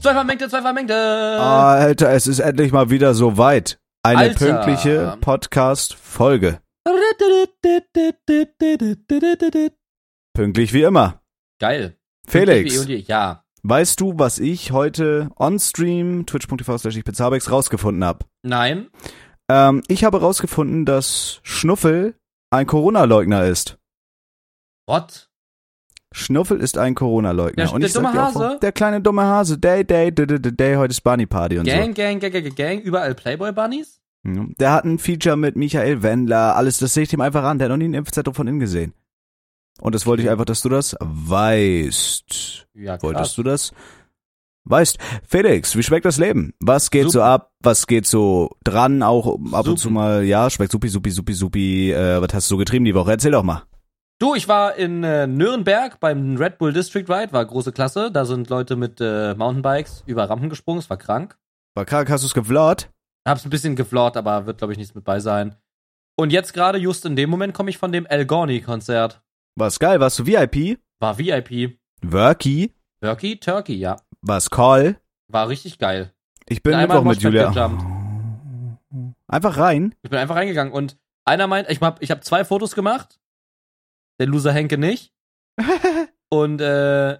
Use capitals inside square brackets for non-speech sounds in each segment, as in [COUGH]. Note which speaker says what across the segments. Speaker 1: Zwei vermengte, zwei vermengte.
Speaker 2: Alter, es ist endlich mal wieder soweit. Eine
Speaker 1: Alter.
Speaker 2: pünktliche Podcast-Folge. Pünktlich wie immer.
Speaker 1: Geil.
Speaker 2: Felix,
Speaker 1: Ja.
Speaker 2: weißt du, was ich heute onstream twitch.tv slash ich bin Zabex rausgefunden habe?
Speaker 1: Nein.
Speaker 2: Ähm, ich habe rausgefunden, dass Schnuffel ein Corona-Leugner ist.
Speaker 1: What?
Speaker 2: Schnuffel ist ein Corona-Leugner.
Speaker 1: Der-
Speaker 2: und
Speaker 1: der
Speaker 2: ich sag
Speaker 1: dumme
Speaker 2: dir auch,
Speaker 1: Hase?
Speaker 2: Der kleine dumme Hase. Day, day, day, day, day, heute ist Barney Party und
Speaker 1: Gang, gang, gang, gang, gang. Überall Playboy-Bunnies?
Speaker 2: so. Mhm. Der hat ein Feature mit Michael Wendler, alles, das sehe ich dem einfach an. Der hat noch nie einen Impfzettel von innen gesehen. Und das wollte ich einfach, dass du das weißt.
Speaker 1: Ja, krass.
Speaker 2: Wolltest du das? Weißt, Felix, wie schmeckt das Leben? Was geht so
Speaker 1: Suppen.
Speaker 2: ab? Was geht so dran? Auch ab und zu
Speaker 1: Suppen.
Speaker 2: mal, ja, schmeckt supi, supi, supi, supi. Äh, was hast du so getrieben die Woche? Erzähl doch mal.
Speaker 1: Du, ich war in äh, Nürnberg beim Red Bull District Ride, war große Klasse. Da sind Leute mit äh, Mountainbikes über Rampen gesprungen, es war krank.
Speaker 2: War krank, hast du's gevloggt?
Speaker 1: Hab's ein bisschen geflort, aber wird, glaube ich, nichts mit bei sein. Und jetzt gerade, just in dem Moment, komme ich von dem El Gorni-Konzert.
Speaker 2: War's geil? Warst du VIP?
Speaker 1: War VIP.
Speaker 2: Worky?
Speaker 1: Turkey, Turkey, ja.
Speaker 2: War's Call?
Speaker 1: War richtig geil.
Speaker 2: Ich bin
Speaker 1: Einmal
Speaker 2: Mittwoch mit
Speaker 1: Moshpit
Speaker 2: Julia.
Speaker 1: gejumpt.
Speaker 2: Einfach rein.
Speaker 1: Ich bin einfach reingegangen und einer meint, ich hab, ich hab zwei Fotos gemacht. Der Loser Henke
Speaker 2: [LAUGHS]
Speaker 1: nicht. und äh,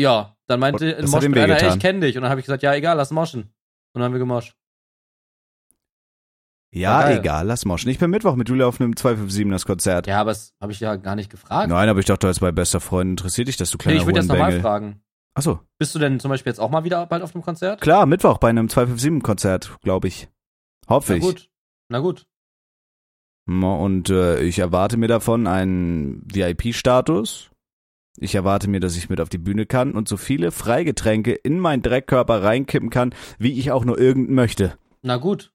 Speaker 1: ja, dann meinte
Speaker 2: Und
Speaker 1: ein
Speaker 2: das hat ihm
Speaker 1: Moshpit einer, ey,
Speaker 2: wehgetan.
Speaker 1: ich kenn dich. Und dann habe ich gesagt, ja, egal, lass moschen. Und dann haben wir gemoscht.
Speaker 2: Ja,
Speaker 1: Ja, geil.
Speaker 2: egal, lass moschen. Ich bin Mittwoch mit Julia auf einem 257ers Konzert.
Speaker 1: Ja, aber das habe ich ja gar nicht gefragt.
Speaker 2: Nein, aber ich dachte, als bei bester Freund interessiert dich das, du
Speaker 1: nee,
Speaker 2: kleiner
Speaker 1: ich würde jetzt nochmal
Speaker 2: Hurenbengel.
Speaker 1: fragen.
Speaker 2: Achso,
Speaker 1: Bist du denn zum Beispiel jetzt auch mal wieder bald auf einem Konzert?
Speaker 2: klar, Mittwoch bei einem 257 Konzert, glaube ich. Hoffe
Speaker 1: Na
Speaker 2: ich.
Speaker 1: gut. Na gut.
Speaker 2: Und äh, ich erwarte mir davon einen VIP-Status. Ich erwarte mir, dass ich mit auf die Bühne kann und so viele Freigetränke in meinen Dreckkörper reinkippen kann, wie ich auch nur irgend möchte. Ne?
Speaker 1: Na gut.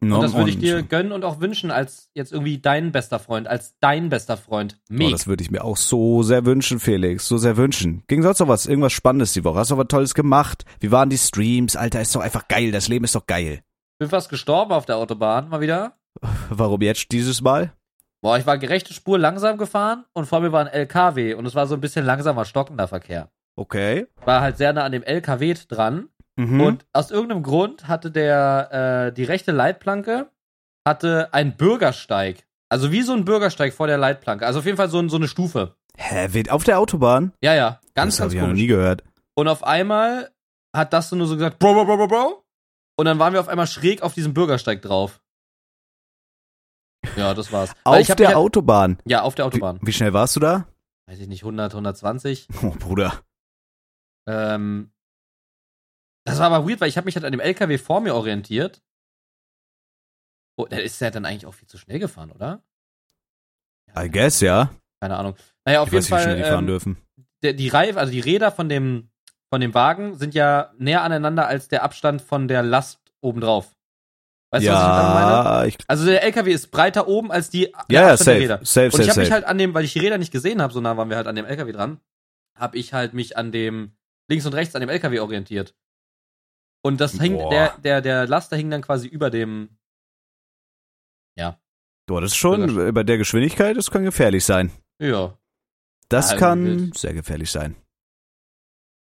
Speaker 1: Und das würde ich dir gönnen und auch wünschen, als jetzt irgendwie dein bester Freund, als dein bester Freund.
Speaker 2: Oh,
Speaker 1: Meg.
Speaker 2: das würde ich mir auch so sehr wünschen, Felix. So sehr wünschen. Ging sonst noch was? Irgendwas Spannendes die Woche? Hast du was Tolles gemacht? Wie waren die Streams? Alter, ist doch einfach geil. Das Leben ist doch geil.
Speaker 1: Bin fast gestorben auf der Autobahn, mal wieder.
Speaker 2: Warum jetzt dieses Mal?
Speaker 1: Boah, ich war gerechte Spur langsam gefahren und vor mir war ein LKW und es war so ein bisschen langsamer stockender Verkehr.
Speaker 2: Okay.
Speaker 1: War halt sehr nah an dem LKW dran
Speaker 2: Mhm.
Speaker 1: und aus irgendeinem Grund hatte der äh, die rechte Leitplanke hatte einen Bürgersteig. Also wie so ein Bürgersteig vor der Leitplanke. Also auf jeden Fall so, ein, so eine Stufe.
Speaker 2: Hä, wen- auf der Autobahn?
Speaker 1: Ja, ja, ganz,
Speaker 2: das habe
Speaker 1: ganz
Speaker 2: ich ja noch nie
Speaker 1: komisch.
Speaker 2: gehört.
Speaker 1: Und auf einmal hat das so nur so gesagt, bro, bro, bro, bro, bro. Und dann waren wir auf einmal schräg auf diesem Bürgersteig drauf. Ja, das war's. Weil
Speaker 2: Auf
Speaker 1: ich hab-
Speaker 2: der
Speaker 1: ich hab-
Speaker 2: Autobahn.
Speaker 1: Ja, auf der
Speaker 2: Wie,
Speaker 1: Autobahn.
Speaker 2: wie schnell warst du da?
Speaker 1: Weiß ich nicht, 100, 120.
Speaker 2: Oh, Bruder.
Speaker 1: Ähm, das war aber weird, weil ich habe mich halt an dem LKW vor mir orientiert. Oh, der ist ja dann eigentlich auch viel zu schnell gefahren, oder?
Speaker 2: I guess, ja.
Speaker 1: Keine Ahnung. Naja, auf
Speaker 2: ich
Speaker 1: jeden
Speaker 2: weiß nicht, wie schnell
Speaker 1: Fall,
Speaker 2: die fahren
Speaker 1: ähm,
Speaker 2: dürfen.
Speaker 1: der, die Reifen, also die Räder von dem, von dem Wagen sind ja näher aneinander als der Abstand von der Last obendrauf. Weißt du, was ich damit meine?
Speaker 2: ja, ich,
Speaker 1: Also der LKW ist breiter oben als die der
Speaker 2: ja, ja,
Speaker 1: Abstand der
Speaker 2: safe.
Speaker 1: Räder.
Speaker 2: Safe,
Speaker 1: Und
Speaker 2: safe,
Speaker 1: ich habe mich
Speaker 2: safe.
Speaker 1: halt an dem, weil ich die Räder nicht gesehen habe, so nah waren wir halt an dem LKW dran, habe ich halt mich an dem links und rechts an dem LKW orientiert. Und das hing,
Speaker 2: Boah.
Speaker 1: der, der, der Laster hing dann quasi über dem.
Speaker 2: Du, das ist schon,
Speaker 1: Bürgersteig.
Speaker 2: bei der Geschwindigkeit, das kann gefährlich sein.
Speaker 1: Ja.
Speaker 2: Das
Speaker 1: Ah,
Speaker 2: kann
Speaker 1: wild.
Speaker 2: sehr gefährlich sein.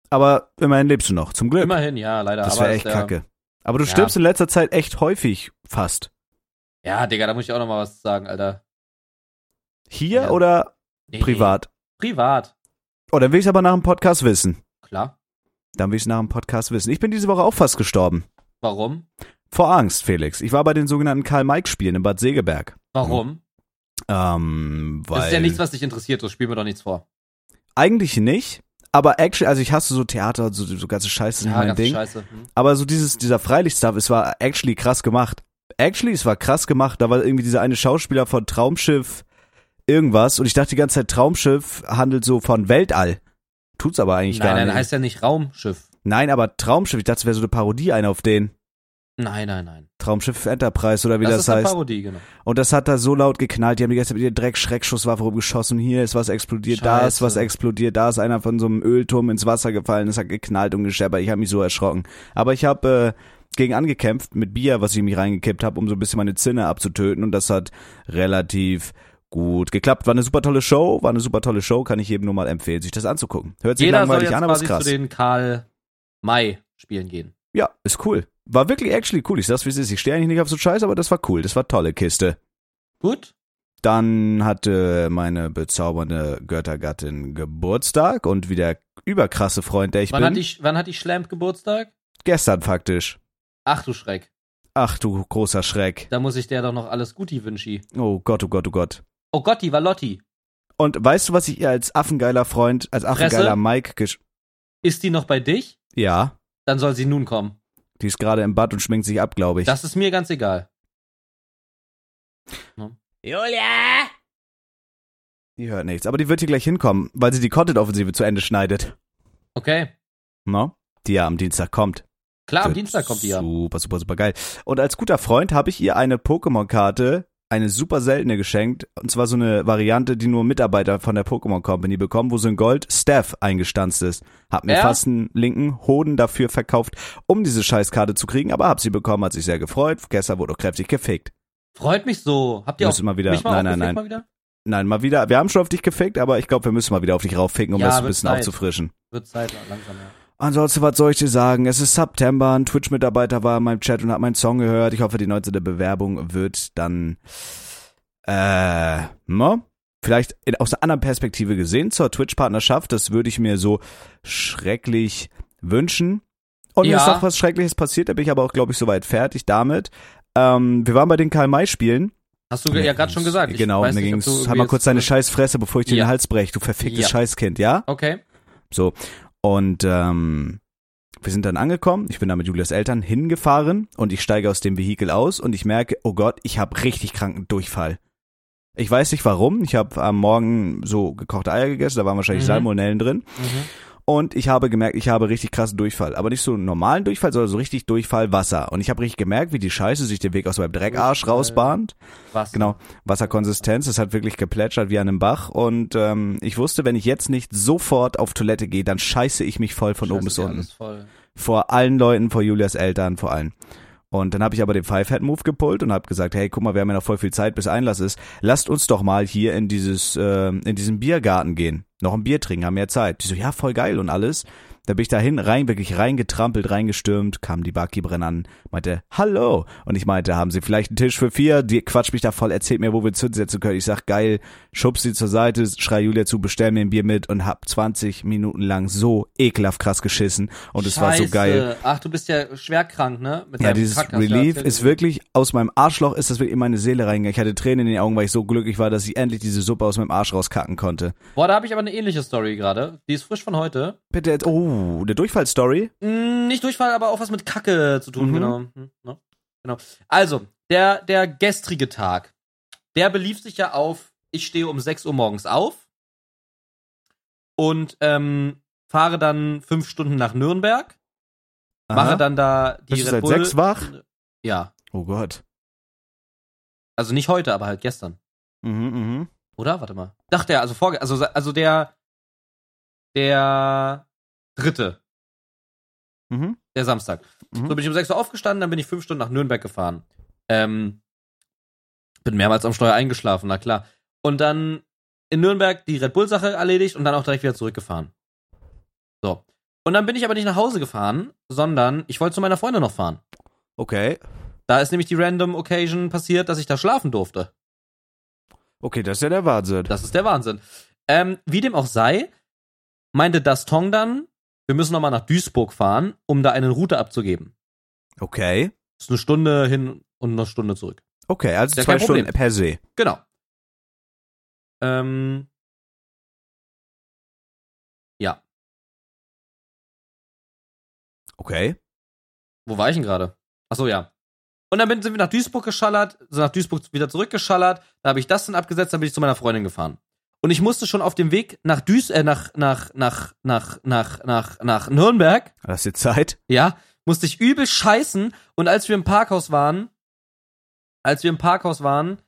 Speaker 2: Aber immerhin lebst du noch, zum Glück.
Speaker 1: Immerhin, ja, leider.
Speaker 2: das
Speaker 1: aber
Speaker 2: wäre
Speaker 1: ist
Speaker 2: echt
Speaker 1: der-
Speaker 2: kacke. Aber du
Speaker 1: Ja.
Speaker 2: stirbst in letzter Zeit echt häufig fast.
Speaker 1: Ja, Digga, da muss ich auch nochmal was sagen, Alter.
Speaker 2: Hier
Speaker 1: Ja.
Speaker 2: oder
Speaker 1: Nee,
Speaker 2: privat?
Speaker 1: Privat,
Speaker 2: Oh, dann will ich es aber nach dem Podcast wissen.
Speaker 1: klar.
Speaker 2: Dann will ich es nach dem Podcast wissen. Ich bin diese Woche auch fast gestorben.
Speaker 1: Warum?
Speaker 2: Vor Angst, Felix. Ich war bei den sogenannten Karl-Mike-Spielen in Bad Segeberg.
Speaker 1: Warum?
Speaker 2: Ähm, weil
Speaker 1: das ist ja nichts, was dich interessiert, so spiel mir doch nichts vor.
Speaker 2: eigentlich nicht, aber actually, also ich hasse so Theater und so, so ganze Scheiße, nicht
Speaker 1: Ja,
Speaker 2: mein
Speaker 1: ganz
Speaker 2: Ding.
Speaker 1: scheiße. Hm.
Speaker 2: Aber so dieses, dieser Freilichtstuff, es war actually krass gemacht. Actually, es war krass gemacht. Da war irgendwie dieser eine Schauspieler von Traumschiff irgendwas und ich dachte die ganze Zeit, Traumschiff handelt so von Weltall. Tut's aber eigentlich gar
Speaker 1: nein, nein,
Speaker 2: nicht.
Speaker 1: heißt ja nicht Raumschiff.
Speaker 2: nein, aber Traumschiff, ich dachte, es wäre so eine Parodie einer auf den.
Speaker 1: Nein, nein, nein.
Speaker 2: Traumschiff Enterprise oder wie
Speaker 1: das
Speaker 2: das,
Speaker 1: ist eine
Speaker 2: heißt.
Speaker 1: Parodie, genau.
Speaker 2: Und das hat da so laut geknallt. Die haben die ganze Zeit mit ihren Dreck-Schreckschusswaffe rumgeschossen. Hier ist was explodiert, da ist was
Speaker 1: Scheiße.
Speaker 2: explodiert, da ist einer von so einem Ölturm ins Wasser gefallen. Es hat geknallt und gescheppert. Ich habe mich so erschrocken. Aber ich habe äh, gegen angekämpft mit Bier, was ich in mich reingekippt habe, um so ein bisschen meine Zinne abzutöten. Und das hat relativ gut geklappt. War eine super tolle Show, war eine super tolle Show, kann ich jedem nur mal empfehlen, sich das anzugucken. Hört sich
Speaker 1: Jeder soll
Speaker 2: langweilig
Speaker 1: jetzt
Speaker 2: an, aber ist
Speaker 1: quasi zu
Speaker 2: krass.
Speaker 1: den Karl May Spielen gehen.
Speaker 2: Ja, ist cool. War wirklich actually cool. Ich sag's wie es ist. Ich stehe eigentlich nicht auf so Scheiß, aber das war cool. Das war tolle Kiste.
Speaker 1: Gut.
Speaker 2: Dann hatte meine bezaubernde Göttergattin Geburtstag und wie der überkrasse Freund, der ich
Speaker 1: wann
Speaker 2: bin,
Speaker 1: hat ich wann hat ich Schlamp Geburtstag?
Speaker 2: gestern faktisch.
Speaker 1: Ach du Schreck.
Speaker 2: Ach du großer Schreck.
Speaker 1: Da muss ich der doch noch alles Guti wünschen.
Speaker 2: Oh Gott, oh Gott, oh Gott.
Speaker 1: Oh Gotti, Valotti.
Speaker 2: Und weißt du, was ich ihr als affengeiler Freund, als affengeiler
Speaker 1: Fresse?
Speaker 2: Mike gesch...
Speaker 1: Ist die noch bei dich?
Speaker 2: Ja,
Speaker 1: Dann soll sie nun kommen.
Speaker 2: die ist gerade im Bad und schminkt sich ab, glaube ich.
Speaker 1: Das ist mir ganz egal.
Speaker 3: Julia!
Speaker 2: die hört nichts. Aber die wird hier gleich hinkommen, weil sie die Content-Offensive zu Ende schneidet.
Speaker 1: Okay.
Speaker 2: No? Die ja am Dienstag kommt.
Speaker 1: Klar, Ah, am
Speaker 2: Wird
Speaker 1: Dienstag kommt die ja.
Speaker 2: Super, super, super geil. Und als guter Freund habe ich ihr eine Pokémon-Karte, eine super seltene geschenkt. Und zwar so eine Variante, die nur Mitarbeiter von der Pokémon Company bekommen, wo so ein Gold-Staff eingestanzt ist. Hab mir
Speaker 1: Ja?
Speaker 2: fast einen linken Hoden dafür verkauft, um diese Scheißkarte zu kriegen, aber hab sie bekommen, hat sich sehr gefreut. Gestern wurde auch kräftig gefickt.
Speaker 1: Freut mich so. Habt ihr
Speaker 2: Müssen
Speaker 1: auch
Speaker 2: mal wieder-
Speaker 1: mich mal
Speaker 2: nein, nein,
Speaker 1: aufgefickt
Speaker 2: nein.
Speaker 1: Mal wieder?
Speaker 2: Nein, mal wieder. Wir haben schon auf dich gefickt, aber ich glaube, wir müssen mal wieder auf dich raufficken, um
Speaker 1: Ja,
Speaker 2: das ein
Speaker 1: wird
Speaker 2: bisschen
Speaker 1: Zeit.
Speaker 2: aufzufrischen.
Speaker 1: Wird Zeit langsam. Ja.
Speaker 2: Ansonsten, was soll ich dir sagen? Es ist September, ein Twitch-Mitarbeiter war in meinem Chat und hat meinen Song gehört. Ich hoffe, die 19. Bewerbung wird dann, äh, ne? Vielleicht in, aus einer anderen Perspektive gesehen zur Twitch-Partnerschaft. Das würde ich mir so schrecklich wünschen. Und mir
Speaker 1: Ja.
Speaker 2: ist noch was Schreckliches passiert, da bin ich aber auch, glaube ich, soweit fertig damit. Ähm, wir waren bei den Karl-May-Spielen.
Speaker 1: Hast du ge- ja gerade schon gesagt. Ich
Speaker 2: Genau,
Speaker 1: weiß
Speaker 2: mir
Speaker 1: nicht, ob du
Speaker 2: ging's,
Speaker 1: irgendwie
Speaker 2: halt mal
Speaker 1: jetzt-
Speaker 2: kurz deine Scheißfresse, bevor ich dir
Speaker 1: Ja.
Speaker 2: den Hals brech, du verficktes
Speaker 1: Ja.
Speaker 2: Scheißkind, ja?
Speaker 1: Okay.
Speaker 2: So. Und ähm, wir sind dann angekommen. Ich bin da mit Julias Eltern hingefahren und ich steige aus dem Vehikel aus und ich merke, oh Gott, ich habe richtig kranken Durchfall. Ich weiß nicht warum. Ich habe am Morgen so gekochte Eier gegessen, da waren wahrscheinlich
Speaker 1: Mhm.
Speaker 2: Salmonellen drin.
Speaker 1: Mhm.
Speaker 2: Und ich habe gemerkt, ich habe richtig krassen Durchfall. Aber nicht so einen normalen Durchfall, sondern so richtig Durchfall Wasser. Und ich habe richtig gemerkt, wie die Scheiße sich den Weg aus meinem Dreckarsch
Speaker 1: Durchfall.
Speaker 2: rausbahnt.
Speaker 1: Was?
Speaker 2: Genau, Wasserkonsistenz, es hat wirklich geplätschert wie an einem Bach und ähm, ich wusste, wenn ich jetzt nicht sofort auf Toilette gehe, dann scheiße ich mich voll von
Speaker 1: Scheiße,
Speaker 2: oben bis
Speaker 1: ist ja
Speaker 2: unten.
Speaker 1: alles Voll.
Speaker 2: Vor allen Leuten, vor Julias Eltern, vor allen. Und dann habe ich aber den Five-Head-Move gepult und habe gesagt, hey, guck mal, wir haben ja noch voll viel Zeit, bis Einlass ist. Lasst uns doch mal hier in dieses, ähm, in diesen Biergarten gehen. Noch ein Bier trinken, haben ja Zeit. Die so, ja, voll geil und alles. Da bin ich dahin, rein, wirklich reingetrampelt, reingestürmt, kam die Barkeeperin an, meinte, hallo. Und ich meinte, haben Sie vielleicht einen Tisch für vier? Die quatscht mich da voll, erzählt mir, wo wir uns hinsetzen können. Ich sag, geil, schub sie zur Seite, schrei Julia zu, bestell mir ein Bier mit und hab 20 Minuten lang so ekelhaft krass geschissen. Und es war so
Speaker 1: Scheiße.
Speaker 2: geil.
Speaker 1: Ach, du bist ja schwerkrank, ne? Mit
Speaker 2: Ja,
Speaker 1: deinem
Speaker 2: dieses
Speaker 1: Kack hast du
Speaker 2: Relief
Speaker 1: erzählt.
Speaker 2: ist wirklich aus meinem Arschloch, ist das wirklich in meine Seele reingegangen. Ich hatte Tränen in den Augen, weil ich so glücklich war, dass ich endlich diese Suppe aus meinem Arsch rauskacken konnte.
Speaker 1: Boah, da habe ich aber eine ähnliche Story gerade. Die ist frisch von heute.
Speaker 2: Bitte, jetzt- oh, eine Durchfallstory.
Speaker 1: Hm, nicht Durchfall, aber auch was mit Kacke zu tun,
Speaker 2: Mhm.
Speaker 1: genau. Hm, ne? Genau. Also, der, der gestrige Tag, der belief sich ja auf, ich stehe um 6 Uhr morgens auf und ähm, fahre dann fünf Stunden nach Nürnberg, mache dann da die
Speaker 2: Bist du
Speaker 1: Red
Speaker 2: seit
Speaker 1: Bull.
Speaker 2: sechs wach?
Speaker 1: Ja.
Speaker 2: Oh Gott.
Speaker 1: Also nicht heute, aber halt gestern.
Speaker 2: Mhm, mhm.
Speaker 1: Oder? Warte mal. Dachte er, also vorge also, also der, der dritte,
Speaker 2: Mhm.
Speaker 1: der Samstag.
Speaker 2: Mhm.
Speaker 1: So bin ich um 6 Uhr aufgestanden, dann bin ich fünf Stunden nach Nürnberg gefahren. Ähm, bin mehrmals am Steuer eingeschlafen, na klar. Und dann in Nürnberg die Red Bull-Sache erledigt und dann auch direkt wieder zurückgefahren. So. Und dann bin ich aber nicht nach Hause gefahren, sondern ich wollte zu meiner Freundin noch fahren.
Speaker 2: Okay.
Speaker 1: Da ist nämlich die Random Occasion passiert, dass ich da schlafen durfte.
Speaker 2: Okay, das ist ja der Wahnsinn.
Speaker 1: Das ist der Wahnsinn. Ähm, wie dem auch sei, meinte das Tong dann, wir müssen nochmal nach Duisburg fahren, um da eine Route abzugeben.
Speaker 2: Okay.
Speaker 1: Das ist eine Stunde hin und eine Stunde zurück.
Speaker 2: Okay, also
Speaker 1: Ist ja
Speaker 2: zwei
Speaker 1: kein Problem.
Speaker 2: Stunden per se.
Speaker 1: Genau. Ähm, ja,
Speaker 2: Okay.
Speaker 1: wo war ich denn gerade? Ach so, ja. Und dann bin- sind wir nach Duisburg geschallert, sind nach Duisburg wieder zurückgeschallert, da habe ich das dann abgesetzt, dann bin ich zu meiner Freundin gefahren. Und ich musste schon auf dem Weg nach Duis, äh, nach, nach, nach, nach, nach, nach, nach Nürnberg,
Speaker 2: Hast du Zeit?
Speaker 1: Ja, musste ich übel scheißen. Und als wir im Parkhaus waren, als wir im Parkhaus waren,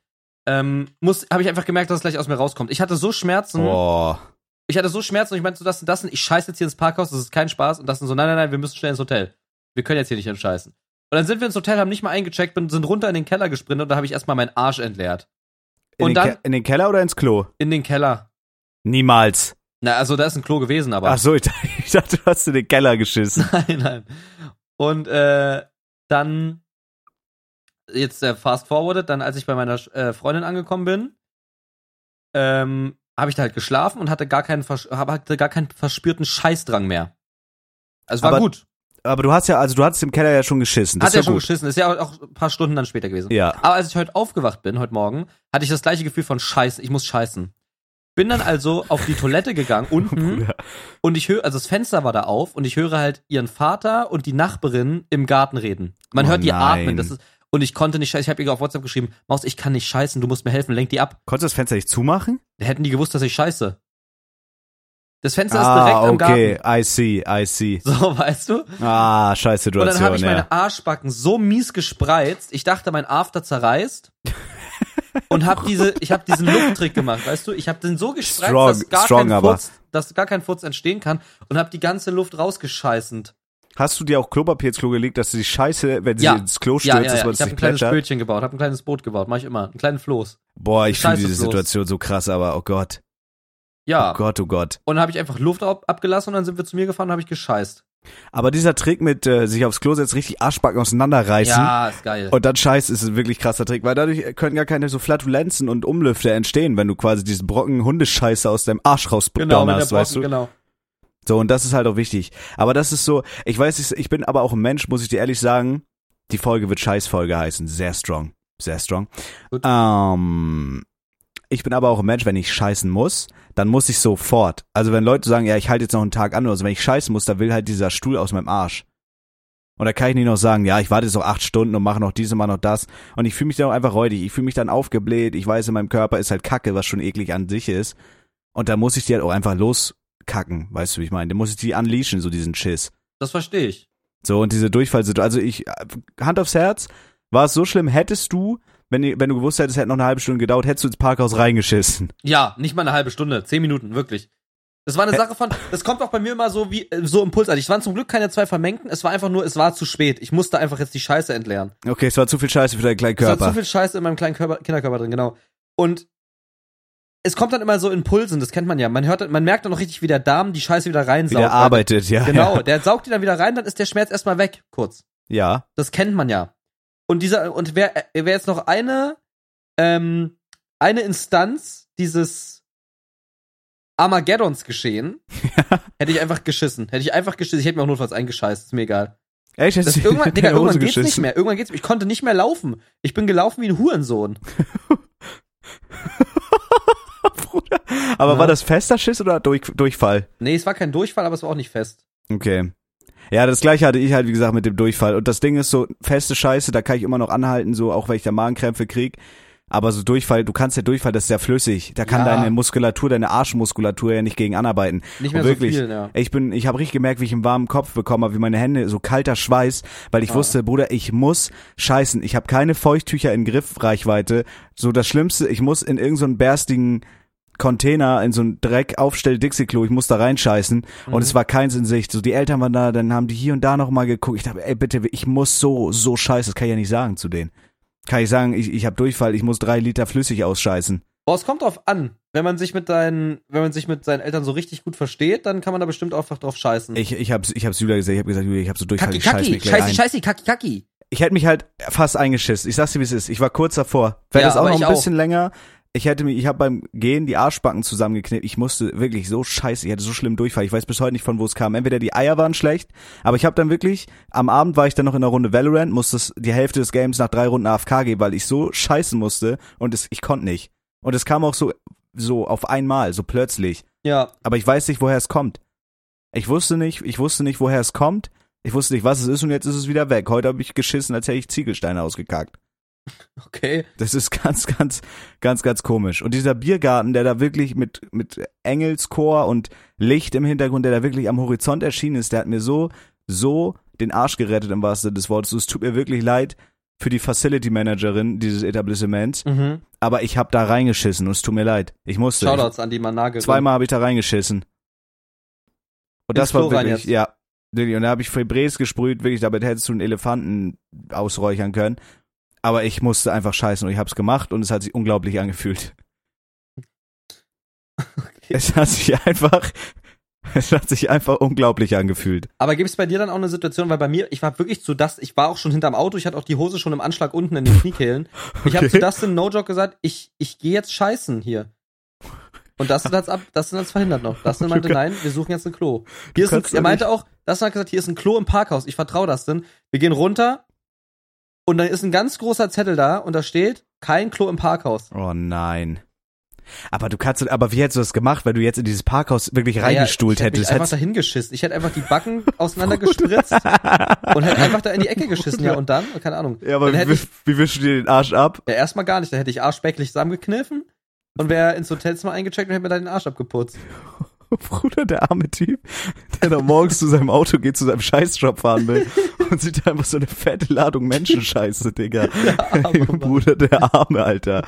Speaker 1: ähm, muss, habe ich einfach gemerkt, dass es gleich aus mir rauskommt. Ich hatte so Schmerzen.
Speaker 2: Oh.
Speaker 1: Ich hatte so Schmerzen und ich meinte so das und das und ich scheiße jetzt hier ins Parkhaus, das ist kein Spaß. Und das und so, nein, nein, nein, wir müssen schnell ins Hotel. Wir können jetzt hier nicht entscheißen. Und dann sind wir ins Hotel, haben nicht mal eingecheckt, bin- sind runter in den Keller gesprintet und da habe ich erstmal meinen Arsch entleert.
Speaker 2: In,
Speaker 1: Und
Speaker 2: den,
Speaker 1: dann-
Speaker 2: Ke- in den Keller oder ins Klo?
Speaker 1: in den Keller.
Speaker 2: Niemals.
Speaker 1: Na, also da ist ein Klo gewesen, aber.
Speaker 2: Ach so, ich, ich [LAUGHS] dachte, du hast in den Keller geschissen.
Speaker 1: [LAUGHS] Nein, nein. Und äh, dann jetzt äh, fast forwarded, dann als ich bei meiner äh, Freundin angekommen bin, ähm, habe ich da halt geschlafen und hatte gar keinen Versch hab- hatte gar keinen verspürten Scheißdrang mehr. Also war
Speaker 2: Aber
Speaker 1: gut.
Speaker 2: Aber du hast ja, also du hattest im Keller ja schon geschissen. Das
Speaker 1: Hat ja
Speaker 2: ist ja
Speaker 1: schon
Speaker 2: gut.
Speaker 1: geschissen, ist ja auch auch ein paar Stunden dann später gewesen.
Speaker 2: Ja.
Speaker 1: Aber als ich heute aufgewacht bin, heute Morgen, hatte ich das gleiche Gefühl von Scheißen, ich muss scheißen. Bin dann also auf die Toilette
Speaker 2: [LAUGHS]
Speaker 1: gegangen, unten,
Speaker 2: Bruder.
Speaker 1: und ich höre, also das Fenster war da auf und ich höre halt ihren Vater und die Nachbarin im Garten reden. Man
Speaker 2: Oh
Speaker 1: hört die
Speaker 2: nein.
Speaker 1: atmen. Das ist, und ich konnte nicht scheißen. Ich habe ihr auf WhatsApp geschrieben, Maus, ich kann nicht scheißen, du musst mir helfen, lenk die ab.
Speaker 2: Konntest du das Fenster nicht zumachen?
Speaker 1: Hätten die gewusst, dass ich scheiße. Das Fenster ist direkt
Speaker 2: ah,
Speaker 1: am
Speaker 2: okay.
Speaker 1: Garten.
Speaker 2: I see, I see.
Speaker 1: So, [LAUGHS] weißt du?
Speaker 2: Ah, scheiß
Speaker 1: Und dann
Speaker 2: Situation,
Speaker 1: habe ich
Speaker 2: ja.
Speaker 1: meine Arschbacken so mies gespreizt, ich dachte, mein After zerreißt. und habe diese, ich habe diesen Lufttrick gemacht, weißt du? Ich habe den so gespreizt,
Speaker 2: Strong,
Speaker 1: dass, gar
Speaker 2: strong
Speaker 1: kein
Speaker 2: aber.
Speaker 1: Furz, dass gar kein Furz entstehen kann und habe die ganze Luft rausgescheißend.
Speaker 2: Hast du dir auch Klopapier ins Klo gelegt, dass du die Scheiße, wenn sie
Speaker 1: Ja.
Speaker 2: ins Klo stürzt,
Speaker 1: Ja, ja,
Speaker 2: dass
Speaker 1: ja. ich
Speaker 2: man es
Speaker 1: habe
Speaker 2: nicht
Speaker 1: ein kleines
Speaker 2: plätschert?
Speaker 1: Bötchen gebaut, habe ein kleines Boot gebaut, mache ich immer, einen kleinen Floß.
Speaker 2: Boah, ich fühle
Speaker 1: Scheiße
Speaker 2: diese
Speaker 1: bloß.
Speaker 2: Situation so krass, aber oh Gott.
Speaker 1: Ja,
Speaker 2: Oh Gott, oh Gott.
Speaker 1: und habe ich einfach Luft ab abgelassen und dann sind wir zu mir gefahren und habe ich gescheißt.
Speaker 2: Aber dieser Trick mit äh, sich aufs Klo setzen, richtig Arschbacken auseinanderreißen
Speaker 1: Ja, ist geil.
Speaker 2: und dann scheiß, ist ein wirklich krasser Trick, weil dadurch können gar keine so Flatulenzen und Umlüfte entstehen, wenn du quasi diesen Brocken Hundescheiße aus deinem Arsch
Speaker 1: genau, mit der
Speaker 2: rausdonnerst,
Speaker 1: Brocken,
Speaker 2: weißt du?
Speaker 1: genau.
Speaker 2: So, und das ist halt auch wichtig. Aber das ist so, ich weiß, ich, ich bin aber auch ein Mensch, muss ich dir ehrlich sagen, die Folge wird Scheißfolge heißen. Sehr strong. Sehr strong.
Speaker 1: Gut.
Speaker 2: Ähm, ich bin aber auch ein Mensch, wenn ich scheißen muss, dann muss ich sofort. Also wenn Leute sagen, ja, ich halte jetzt noch einen Tag an oder so, wenn ich scheißen muss, dann will halt dieser Stuhl aus meinem Arsch. Und da kann ich nicht noch sagen, ja, ich warte jetzt noch acht Stunden und mache noch dies und mache noch das. Und ich fühle mich dann auch einfach räudig. Ich fühle mich dann aufgebläht. Ich weiß, in meinem Körper ist halt Kacke, was schon eklig an sich ist. Und da muss ich die halt auch einfach loskacken, weißt du, wie ich meine? Da muss ich die unleashen, so diesen Schiss.
Speaker 1: Das verstehe ich.
Speaker 2: So, und diese Durchfallsituation. Also ich, äh, Hand aufs Herz, war es so schlimm, hättest du, wenn, ihr- wenn du gewusst hättest, es hätte noch eine halbe Stunde gedauert, hättest du ins Parkhaus reingeschissen.
Speaker 1: Ja, nicht mal eine halbe Stunde, zehn Minuten, wirklich. Das war eine Sache von, das kommt auch bei mir immer so wie, äh, so impulsartig. Es waren zum Glück keine zwei Vermengten, es war einfach nur, es war zu spät. Ich musste einfach jetzt die Scheiße entleeren.
Speaker 2: Okay, es war zu viel Scheiße für deinen kleinen
Speaker 1: Es war zu
Speaker 2: Körper.
Speaker 1: viel Scheiße in meinem kleinen Körper, Kinderkörper drin, genau. Und es kommt dann immer so in Pulsen, das kennt man ja. Man hört, dann- man merkt dann noch richtig, wie der Darm die Scheiße wieder reinsaugt.
Speaker 2: Wie der arbeitet, ja.
Speaker 1: Genau, der saugt die dann wieder rein, dann ist der Schmerz erstmal weg, kurz.
Speaker 2: Ja.
Speaker 1: Das kennt man ja. Und dieser, und wer, äh, wer jetzt noch eine, ähm, eine Instanz dieses Armageddons
Speaker 2: [LAUGHS]
Speaker 1: geschehen, hätte ich einfach geschissen. Hätte ich einfach geschissen. Ich hätte mir auch notfalls eingescheißt, ist mir
Speaker 2: [LAUGHS]
Speaker 1: egal.
Speaker 2: ja. Echt,
Speaker 1: Das,
Speaker 2: hast du in [LAUGHS]
Speaker 1: irgendwann,
Speaker 2: deine
Speaker 1: Digga, irgendwann
Speaker 2: Hose
Speaker 1: geht's nicht
Speaker 2: geschissen?
Speaker 1: mehr. Irgendwann geht's, ich konnte nicht mehr laufen. Ich bin gelaufen wie ein Hurensohn.
Speaker 2: Bruder. Aber
Speaker 1: Ja.
Speaker 2: war das fester Schiss oder durch, Durchfall?
Speaker 1: Nee, es war kein Durchfall, aber es war auch nicht fest.
Speaker 2: Okay. Ja, das gleiche hatte ich halt, wie gesagt, mit dem Durchfall. Und das Ding ist so, feste Scheiße, da kann ich immer noch anhalten, so, auch wenn ich da Magenkrämpfe krieg. Aber so Durchfall, du kannst ja Durchfall, das ist ja flüssig. Da kann
Speaker 1: Ja.
Speaker 2: deine Muskulatur, deine Arschmuskulatur ja nicht gegen anarbeiten.
Speaker 1: Nicht mehr
Speaker 2: Und wirklich,
Speaker 1: so viel, ja.
Speaker 2: Ich bin, ich habe richtig gemerkt, wie ich einen warmen Kopf bekommen habe, wie meine Hände so kalter Schweiß, weil ich
Speaker 1: Ah.
Speaker 2: wusste, Bruder, ich muss scheißen. Ich habe keine Feuchttücher in Griffreichweite. So das Schlimmste, ich muss in irgendeinen so einen berstigen Container, in so einen Dreck aufstell Dixie-Klo, ich muss da reinscheißen. Und
Speaker 1: Mhm.
Speaker 2: es war keins in Sicht. So die Eltern waren da, dann haben die hier und da nochmal geguckt. Ich dachte, ey, bitte, ich muss so, so scheißen. Das kann ich ja nicht sagen zu denen. Kann ich sagen, ich, ich habe Durchfall, ich muss drei Liter flüssig ausscheißen.
Speaker 1: Boah, es kommt drauf an. Wenn man sich mit deinen, wenn man sich mit seinen Eltern so richtig gut versteht, dann kann man da bestimmt auch einfach drauf scheißen.
Speaker 2: Ich, ich hab's, ich hab's Julia gesagt, ich hab gesagt, Julia, ich hab so Durchfall,
Speaker 1: kacki,
Speaker 2: ich scheiß
Speaker 1: kacki,
Speaker 2: mich gleich
Speaker 1: scheiße,
Speaker 2: ein.
Speaker 1: scheiße, kacki, kacki.
Speaker 2: Ich hätte mich halt fast eingeschissen. Ich sag's dir, wie es ist. Ich war kurz davor. Wäre
Speaker 1: Ja,
Speaker 2: das auch
Speaker 1: aber
Speaker 2: noch ein
Speaker 1: ich
Speaker 2: bisschen länger. Ich hätte mich, ich habe beim Gehen die Arschbacken zusammengeknippt. Ich musste wirklich so scheiße, ich hatte so schlimm Durchfall. Ich weiß bis heute nicht, von wo es kam. Entweder die Eier waren schlecht, aber ich habe dann wirklich, am Abend war ich dann noch in einer Runde Valorant, musste es- die Hälfte des Games nach drei Runden AFK gehen, weil ich so scheißen musste und es, ich konnte nicht. Und es kam auch so, so auf einmal, so plötzlich.
Speaker 1: Ja,
Speaker 2: Aber ich weiß nicht, woher es kommt. Ich wusste nicht, ich wusste nicht, woher es kommt. Ich wusste nicht, was es ist und jetzt ist es wieder weg. Heute habe ich geschissen, als hätte ich Ziegelsteine ausgekackt.
Speaker 1: okay.
Speaker 2: Das ist [LAUGHS] ganz, ganz, ganz, ganz komisch. Und dieser Biergarten, der da wirklich mit, mit Engelschor und Licht im Hintergrund, der da wirklich am Horizont erschienen ist, der hat mir so, so den Arsch gerettet im wahrsten Sinne des Wortes. Es tut mir wirklich leid für die Facility Managerin dieses Etablissements,
Speaker 1: Mhm.
Speaker 2: aber ich habe da reingeschissen und es tut mir leid. Ich musste. Ich-
Speaker 1: Shoutouts an die Manage.
Speaker 2: Zweimal habe ich da reingeschissen. Und
Speaker 1: Ins
Speaker 2: das war
Speaker 1: Klo rein
Speaker 2: wirklich,
Speaker 1: jetzt?
Speaker 2: ja. Wirklich, Und da habe ich Febrés gesprüht, wirklich, damit hättest du einen Elefanten ausräuchern können. aber ich musste einfach scheißen und ich hab's gemacht und es hat sich unglaublich angefühlt. Es hat sich einfach, es hat sich einfach unglaublich angefühlt.
Speaker 1: Aber gibt es bei dir dann auch eine Situation, weil bei mir, ich war wirklich zu das, ich war auch schon hinterm Auto, ich hatte auch die Hose schon im Anschlag unten in den Kniekehlen. Ich habe
Speaker 2: Okay.
Speaker 1: zu Dustin No Joke gesagt, ich, ich gehe jetzt scheißen hier. Und Dustin hat's ab, Dustin hat's verhindert noch. Dustin meinte,
Speaker 2: Du
Speaker 1: nein, wir suchen jetzt ein Klo. Hier ist ein,
Speaker 2: kannst
Speaker 1: er
Speaker 2: doch
Speaker 1: meinte auch, Dustin hat gesagt, hier ist ein Klo im Parkhaus. Ich vertraue Dustin. Wir gehen runter und dann ist ein ganz großer Zettel da und da steht, kein Klo im Parkhaus.
Speaker 2: Oh nein. Aber du kannst, aber wie hättest du das gemacht, wenn du jetzt in dieses Parkhaus wirklich reingestuhlt
Speaker 1: Naja, ich hätte
Speaker 2: hättest?
Speaker 1: Mich einfach
Speaker 2: hättest
Speaker 1: dahin geschissen. Ich hätte einfach die Backen
Speaker 2: [LAUGHS]
Speaker 1: auseinandergespritzt und hätte einfach da in die Ecke geschissen. Ja, und dann? Keine Ahnung.
Speaker 2: ja, aber
Speaker 1: dann hätte
Speaker 2: wie,
Speaker 1: ich,
Speaker 2: wie wischst du dir den Arsch ab?
Speaker 1: ja, erstmal gar nicht. Dann hätte ich arschbäcklich zusammengekniffen und wäre ins Hotelzimmer eingecheckt und hätte mir da den Arsch
Speaker 2: [LAUGHS]
Speaker 1: abgeputzt.
Speaker 2: Bruder, der arme Typ, der da morgens zu seinem Auto geht, zu seinem Scheißjob fahren will und sieht einfach so eine fette Ladung Menschenscheiße,
Speaker 1: [LAUGHS]
Speaker 2: Digga.
Speaker 1: arme Mann.
Speaker 2: Bruder, der arme, Alter.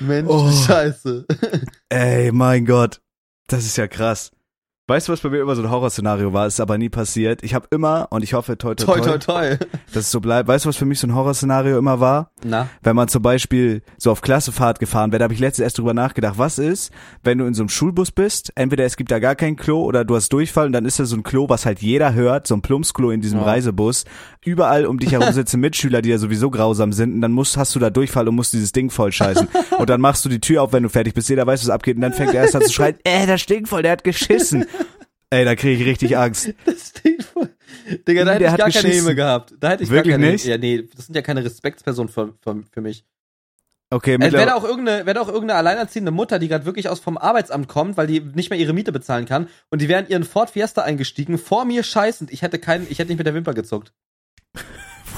Speaker 1: Mensch,
Speaker 2: Oh.
Speaker 1: scheiße.
Speaker 2: Ey, mein Gott. Das ist ja krass. Weißt du, was bei mir immer so ein Horrorszenario war? Ist aber nie passiert. Ich habe immer, und ich hoffe, toi, toi,
Speaker 1: Toi,
Speaker 2: toi,
Speaker 1: toi, toi.
Speaker 2: dass es so bleibt. Weißt du, was für mich so ein Horrorszenario immer war?
Speaker 1: Na,
Speaker 2: Wenn man zum Beispiel so auf Klassefahrt gefahren wäre, da habe ich letztens erst drüber nachgedacht, was ist, wenn du in so einem Schulbus bist, entweder es gibt da gar kein Klo oder du hast Durchfall und dann ist da so ein Klo, was halt jeder hört, so ein Plumpsklo in diesem
Speaker 1: Ja.
Speaker 2: Reisebus. Überall um dich herum sitzen Mitschüler, die ja sowieso grausam sind und dann musst, hast du da Durchfall und musst dieses Ding vollscheißen. und dann machst du die Tür auf, wenn du fertig bist, jeder weiß, was abgeht und dann fängt er erst an zu schreien, äh, der stinkt voll, der hat geschissen. Ey, da kriege ich richtig Angst.
Speaker 1: das Ding voll. Digga, da
Speaker 2: Der
Speaker 1: hätte ich
Speaker 2: hat
Speaker 1: gar keine
Speaker 2: geschissen.
Speaker 1: Häme gehabt. Da hätte ich
Speaker 2: Wirklich
Speaker 1: gar keine
Speaker 2: nicht?
Speaker 1: Ja, nee, das sind ja keine Respektspersonen für, für, für mich.
Speaker 2: Okay,
Speaker 1: Es wäre
Speaker 2: mittler-
Speaker 1: da Äh, auch irgendeine, wäre da auch irgendeine alleinerziehende Mutter, die gerade wirklich aus vom Arbeitsamt kommt, weil die nicht mehr ihre Miete bezahlen kann und die wären ihren Ford Fiesta eingestiegen, vor mir scheißend. Ich hätte keinen, ich hätte nicht mit der Wimper gezuckt.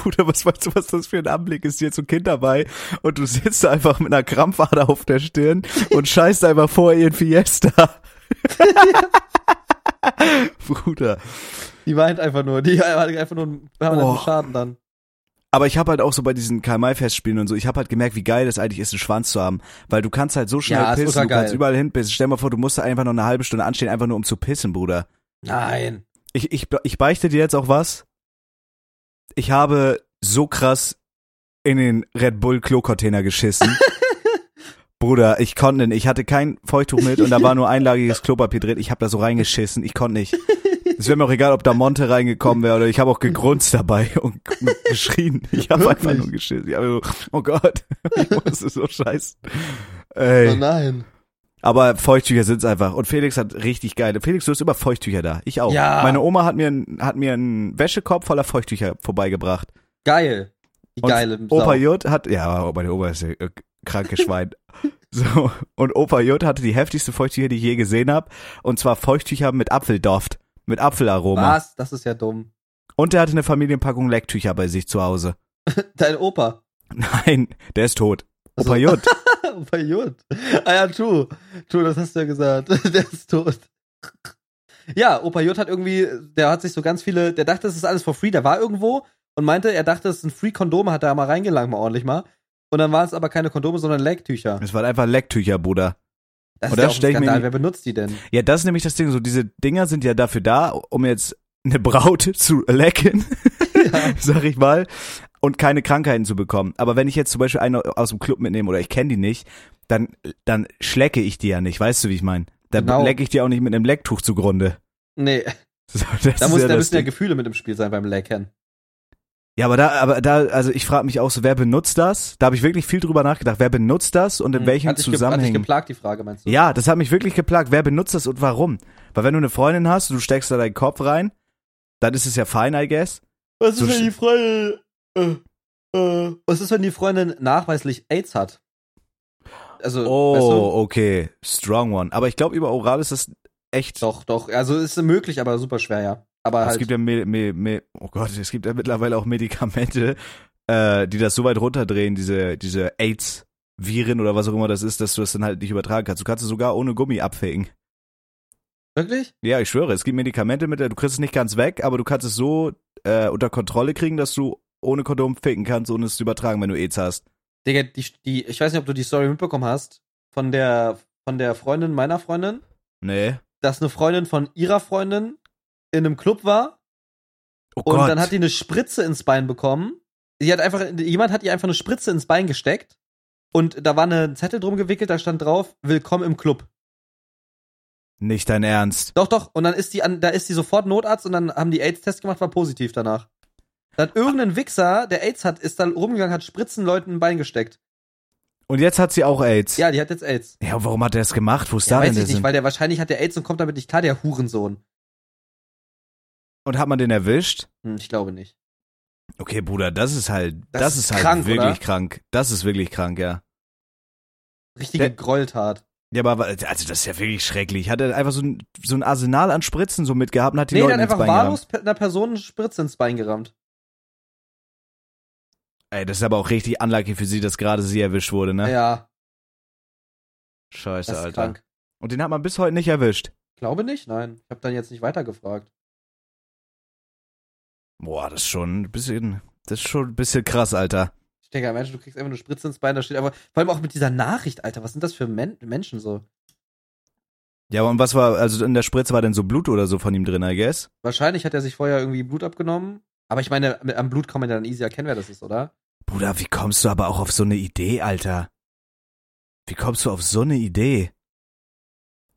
Speaker 2: Bruder, was weißt du, was das für ein Anblick ist? Hier ist so ein Kind dabei und du sitzt da einfach mit einer Krampfader auf der Stirn
Speaker 1: [LAUGHS]
Speaker 2: und scheißt einfach vor ihren Fiesta. [LAUGHS] Bruder.
Speaker 1: Die weint einfach nur, die [LAUGHS] hat einfach nur einen permanenten
Speaker 2: Oh.
Speaker 1: Schaden dann.
Speaker 2: Aber ich habe halt auch so bei diesen Karl-May-Festspielen und so, ich habe halt gemerkt, wie geil das eigentlich ist, einen Schwanz zu haben. Weil du kannst halt so schnell
Speaker 1: Ja, ist
Speaker 2: pissen, du
Speaker 1: ultra
Speaker 2: kannst
Speaker 1: geil.
Speaker 2: überall hinpissen. Stell dir mal vor, du musst da einfach noch eine halbe Stunde anstehen, einfach nur um zu pissen, Bruder.
Speaker 1: Nein.
Speaker 2: Ich, ich, ich beichte dir jetzt auch was. Ich habe so krass in den Red Bull Klo-Container geschissen. Bruder, ich konnte nicht. Ich hatte kein Feuchttuch mit und da war nur einlagiges Klopapier drin. Ich habe da so reingeschissen. Ich konnte nicht. Es wäre mir auch egal, ob da Monte reingekommen wäre oder ich habe auch gegrunzt dabei [LAUGHS] und g- geschrien. Ich habe
Speaker 1: Wirklich?
Speaker 2: einfach nur geschissen. Ich hab so, oh Gott, [LAUGHS] ich musste so scheißen. Ey.
Speaker 1: nein.
Speaker 2: Aber Feuchttücher sind's einfach. Und Felix hat richtig geile. Felix, du hast immer Feuchttücher da. Ich auch.
Speaker 1: Ja.
Speaker 2: Meine Oma hat mir, ein- hat mir einen Wäschekorb voller Feuchttücher vorbeigebracht.
Speaker 1: Geil. Die
Speaker 2: Und
Speaker 1: geile
Speaker 2: Opa
Speaker 1: Sau.
Speaker 2: J hat, ja, meine Oma ist ja äh,
Speaker 1: [LAUGHS]
Speaker 2: kranke Schwein. so. Und Opa J hatte die heftigsten Feuchttücher, die ich je gesehen habe. Und zwar Feuchttücher mit Apfelduft. Mit Apfelaroma.
Speaker 1: Was? Das ist ja dumm.
Speaker 2: Und er hatte eine Familienpackung Lecktücher bei sich zu Hause.
Speaker 1: Dein Opa.
Speaker 2: Nein, der ist tot.
Speaker 1: Also-
Speaker 2: Opa J.
Speaker 1: [LAUGHS] Opa Jut. Ah ja, true. True, das hast du ja gesagt. [LAUGHS] Der ist tot. Ja, Opa Jut hat irgendwie, der hat sich so ganz viele, der dachte, es ist alles for free, der war irgendwo und meinte, er dachte, es sind free Kondome, hat er mal reingelangt, mal ordentlich mal. Und dann waren es aber keine Kondome, sondern Lecktücher.
Speaker 2: Es waren einfach Lecktücher, Bruder.
Speaker 1: Das
Speaker 2: Und
Speaker 1: ist ja
Speaker 2: das
Speaker 1: auch
Speaker 2: stell
Speaker 1: ein
Speaker 2: ich mir
Speaker 1: Skandal.
Speaker 2: nicht-
Speaker 1: Wer benutzt die denn?
Speaker 2: Ja, das ist nämlich das Ding. So, diese Dinger sind ja dafür da, um jetzt eine Braut [LAUGHS] zu lecken, [LAUGHS] sag ich mal, und keine Krankheiten zu bekommen. Aber wenn ich jetzt zum Beispiel eine aus dem Club mitnehme oder ich kenne die nicht, dann, dann schlecke ich die ja nicht. Weißt du, wie ich meine? Dann
Speaker 1: Genau.
Speaker 2: lecke ich die auch nicht mit einem Lecktuch zugrunde. [LAUGHS]
Speaker 1: Nee,
Speaker 2: So, das
Speaker 1: da,
Speaker 2: ist
Speaker 1: muss,
Speaker 2: ja,
Speaker 1: da
Speaker 2: das
Speaker 1: müssen ja
Speaker 2: Ding.
Speaker 1: Gefühle mit im Spiel sein beim Lecken.
Speaker 2: ja, aber da, aber da, also ich frage mich auch so, wer benutzt das? Da habe ich wirklich viel drüber nachgedacht. Wer benutzt das und in welchem
Speaker 1: Hm, hat dich ge- Hat dich
Speaker 2: Zusammenhang?
Speaker 1: geplagt, die Frage, meinst du?
Speaker 2: Ja, das hat mich wirklich geplagt. Wer benutzt das und warum? Weil wenn du eine Freundin hast und du steckst da deinen Kopf rein, dann ist es ja fein, I guess.
Speaker 1: Was
Speaker 2: So
Speaker 1: ist, wenn
Speaker 2: sch-
Speaker 1: die Freundin, äh, äh, was ist, wenn die Freundin nachweislich AIDS hat? Also, weißt du?
Speaker 2: Oh, okay. Strong one. Aber ich glaube, über Oral ist das echt.
Speaker 1: Doch, doch. Also ist möglich, aber super schwer, ja. Aber
Speaker 2: es
Speaker 1: halt,
Speaker 2: gibt ja me, me, me, oh Gott, es gibt ja mittlerweile auch Medikamente, äh, die das so weit runterdrehen, diese, diese AIDS-Viren oder was auch immer das ist, dass du das dann halt nicht übertragen kannst. Du kannst es sogar ohne Gummi abfägen.
Speaker 1: wirklich?
Speaker 2: Ja, ich schwöre, es gibt Medikamente, mit der du kriegst es nicht ganz weg, aber du kannst es so äh, unter Kontrolle kriegen, dass du ohne Kondom ficken kannst, ohne es zu übertragen, wenn du AIDS hast.
Speaker 1: Digga, die, die, ich weiß nicht, ob du die Story mitbekommen hast, von der, von der Freundin meiner Freundin,
Speaker 2: Nee.
Speaker 1: dass eine Freundin von ihrer Freundin in einem Club war
Speaker 2: Oh
Speaker 1: und dann hat die eine Spritze ins Bein bekommen sie hat einfach, jemand hat ihr einfach eine Spritze ins Bein gesteckt und da war eine Zettel drum gewickelt, da stand drauf, willkommen im Club.
Speaker 2: Nicht dein Ernst.
Speaker 1: Doch, doch. Und dann ist die an, da ist die sofort Notarzt und dann haben die AIDS-Test gemacht, war positiv danach. Da hat irgendein Wichser, der AIDS hat, ist dann rumgegangen, hat Spritzen Leuten ein Bein gesteckt.
Speaker 2: Und jetzt hat sie auch AIDS.
Speaker 1: Ja, die hat jetzt AIDS.
Speaker 2: Ja, warum hat er es gemacht? Wo ist
Speaker 1: Ja,
Speaker 2: da denn
Speaker 1: weiß
Speaker 2: der
Speaker 1: ich nicht,
Speaker 2: Sinn?
Speaker 1: weil der wahrscheinlich hat der AIDS und kommt damit nicht klar, der Hurensohn.
Speaker 2: Und hat man den erwischt?
Speaker 1: Hm, ich glaube nicht.
Speaker 2: Okay, Bruder, das ist halt, das,
Speaker 1: Das
Speaker 2: ist
Speaker 1: ist
Speaker 2: halt
Speaker 1: krank,
Speaker 2: wirklich
Speaker 1: oder?
Speaker 2: krank. Das ist wirklich krank, ja.
Speaker 1: Richtige
Speaker 2: Der-
Speaker 1: Gräueltat.
Speaker 2: Ja, aber wa- also das ist ja wirklich schrecklich. Hat er einfach so ein, so ein Arsenal an Spritzen so mitgehabt und hat die
Speaker 1: Nee, der
Speaker 2: Leute
Speaker 1: hat
Speaker 2: ins
Speaker 1: einfach
Speaker 2: Bein
Speaker 1: wahllos pe- einer Person eine Spritze ins Bein gerammt.
Speaker 2: gerammt. Ey, das ist aber auch richtig unlucky für sie, dass gerade sie erwischt wurde, ne?
Speaker 1: Ja,
Speaker 2: Scheiße,
Speaker 1: das ist
Speaker 2: Alter.
Speaker 1: krank.
Speaker 2: Und den hat man bis heute nicht erwischt.
Speaker 1: Glaube nicht, nein. Ich habe dann jetzt nicht weitergefragt.
Speaker 2: Boah, das ist schon ein bisschen, das ist schon ein bisschen krass, Alter.
Speaker 1: Ich denke, Mensch, du kriegst einfach eine Spritze ins Bein, da steht aber vor allem auch mit dieser Nachricht, Alter, was sind das für Men Menschen so?
Speaker 2: Ja, und was war, also in der Spritze war denn so Blut oder so von ihm drin, I guess?
Speaker 1: Wahrscheinlich hat er sich vorher irgendwie Blut abgenommen. Aber ich meine, mit, am Blut kann man ja dann easy erkennen, wer das ist, oder?
Speaker 2: Bruder, wie kommst du aber auch auf so eine Idee, Alter? Wie kommst du auf so eine Idee?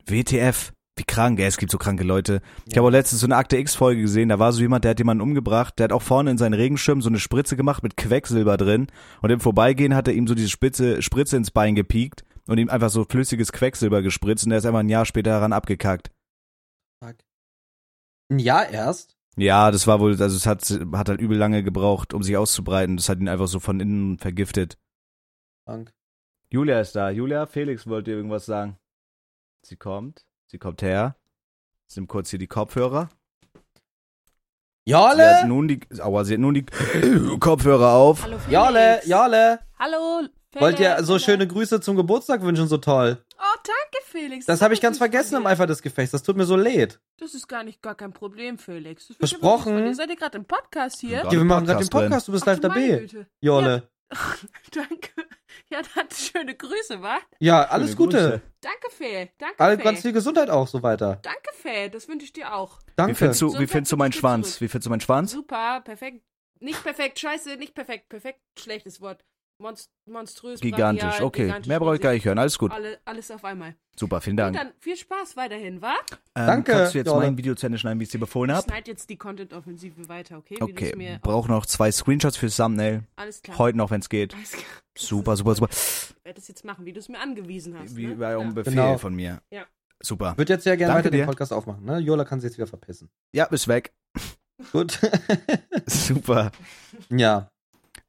Speaker 2: WTF, wie krank, ey, es gibt so kranke Leute. Ich
Speaker 1: Ja.
Speaker 2: habe auch letztens so eine Akte X-Folge gesehen, da war so jemand, der hat jemanden umgebracht, der hat auch vorne in seinen Regenschirm so eine Spritze gemacht mit Quecksilber drin und im Vorbeigehen hat er ihm so diese Spitze, Spritze ins Bein gepiekt und ihm einfach so flüssiges Quecksilber gespritzt und der ist einfach ein Jahr später daran abgekackt.
Speaker 1: Fuck. Ein Jahr erst?
Speaker 2: Ja, das war wohl, also es hat, hat halt übel lange gebraucht, um sich auszubreiten, das hat ihn einfach so von innen vergiftet.
Speaker 1: Krank.
Speaker 2: Julia ist da. Julia, Felix wollte dir irgendwas sagen. Sie kommt. Sie kommt her. Sie nimmt kurz hier die Kopfhörer. Sie hat
Speaker 1: Jolle!
Speaker 2: nun die, aua, sie hat nun die Kopfhörer auf.
Speaker 3: Hallo Felix.
Speaker 1: Jolle! Jolle!
Speaker 3: Hallo Felix.
Speaker 1: Wollt ihr so schöne Grüße zum Geburtstag wünschen, so toll?
Speaker 3: Oh, danke Felix.
Speaker 1: Das habe ich ganz
Speaker 3: ist lieb von
Speaker 1: vergessen um im
Speaker 3: dir.
Speaker 1: Eifer des Gefechts. Das tut mir so leid.
Speaker 3: Das ist gar nicht gar kein Problem, Felix. Das wird
Speaker 1: Versprochen.
Speaker 3: schon von dir. Seid ihr gerade im Podcast hier?
Speaker 2: Ja,
Speaker 1: Ja, wir machen
Speaker 2: Podcast
Speaker 1: gerade den Podcast, du bist live
Speaker 3: Ach, du meine
Speaker 1: dabei.
Speaker 3: Güte. [LAUGHS]
Speaker 1: Jolle.
Speaker 3: Danke. Ja, dann schöne Grüße, wa?
Speaker 1: Ja, alles
Speaker 2: Schöne
Speaker 1: Gute.
Speaker 2: Grüße.
Speaker 3: Danke, Fee. Danke,
Speaker 1: Alle,
Speaker 3: Fee.
Speaker 1: ganz viel Gesundheit auch, so weiter.
Speaker 3: Danke, Fee. Das wünsche ich dir auch.
Speaker 2: Wie
Speaker 1: Danke.
Speaker 2: findest du, wie
Speaker 3: Sonntag
Speaker 2: findest du
Speaker 3: bin
Speaker 2: meinen
Speaker 3: ich hier
Speaker 2: Schwanz?
Speaker 3: zurück.
Speaker 2: Wie findest du meinen Schwanz?
Speaker 3: Super, perfekt. Nicht perfekt, scheiße, nicht perfekt. Perfekt, schlechtes Wort. Monst monströs.
Speaker 2: Gigantisch.
Speaker 3: brachial,
Speaker 2: Okay,
Speaker 3: gigantisch,
Speaker 2: mehr brauche ich gar nicht hören. Alles gut.
Speaker 3: Alle, alles auf einmal.
Speaker 2: Super, vielen
Speaker 3: Und
Speaker 2: Dank.
Speaker 3: dann viel Spaß weiterhin, wa?
Speaker 2: Ähm,
Speaker 1: Danke,
Speaker 2: Kannst du jetzt
Speaker 1: Jolle.
Speaker 2: mein Video zu Ende schneiden, wie ich es dir befohlen
Speaker 3: Ich
Speaker 2: habe?
Speaker 3: schneide jetzt die Content-Offensive weiter, okay? Wie du es
Speaker 2: Okay,
Speaker 3: mir
Speaker 2: brauche noch zwei Screenshots fürs Thumbnail.
Speaker 3: Alles klar.
Speaker 2: Heute noch, wenn es geht.
Speaker 3: Alles klar.
Speaker 2: Super, super, super.
Speaker 3: Ich werde das jetzt machen, wie du es mir angewiesen hast.
Speaker 2: Wie
Speaker 3: ne?
Speaker 2: bei einem
Speaker 3: ja.
Speaker 2: Befehl
Speaker 1: Genau.
Speaker 2: von mir.
Speaker 3: Ja.
Speaker 2: Super.
Speaker 1: Würde jetzt ja gerne
Speaker 2: Danke
Speaker 1: weiter
Speaker 2: dir.
Speaker 1: den Podcast aufmachen, ne? Jola kann sich jetzt wieder verpissen.
Speaker 2: Ja,
Speaker 1: [LAUGHS]
Speaker 2: ist weg.
Speaker 1: Gut. [LAUGHS]
Speaker 2: Super.
Speaker 1: ja.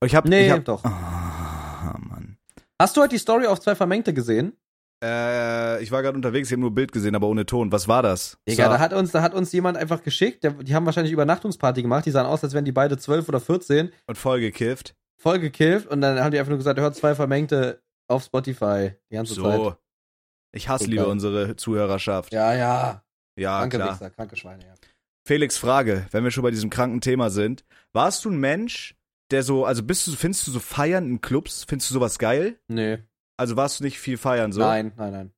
Speaker 2: Ich hab,
Speaker 1: Nee,
Speaker 2: ich hab,
Speaker 1: doch.
Speaker 2: Ah, Mann.
Speaker 1: Hast du heute die Story auf zwei Vermengte gesehen?
Speaker 2: Äh, ich war gerade unterwegs, ich habe nur Bild gesehen, aber ohne Ton. Was war das?
Speaker 1: Digga,
Speaker 2: Sah-
Speaker 1: da hat uns, da hat uns jemand einfach geschickt, der, die haben wahrscheinlich Übernachtungsparty gemacht, die sahen aus, als wären die beide zwölf oder 14,
Speaker 2: und voll gekifft.
Speaker 1: voll gekifft und dann haben die einfach nur gesagt, hört zwei Vermengte auf Spotify die ganze Zeit.
Speaker 2: So. Ich hasse
Speaker 1: Egal.
Speaker 2: lieber unsere Zuhörerschaft. Ja,
Speaker 1: Ja, ja.
Speaker 2: Ah, klar.
Speaker 1: Wichser, kranke Schweine, ja.
Speaker 2: Felix Frage, wenn wir schon bei diesem kranken Thema sind, warst du ein Mensch, der so, also bist du, findest du so feiern in Clubs, findest du sowas geil?
Speaker 1: Nee.
Speaker 2: Also warst du nicht viel feiern so?
Speaker 1: Nein, nein, nein.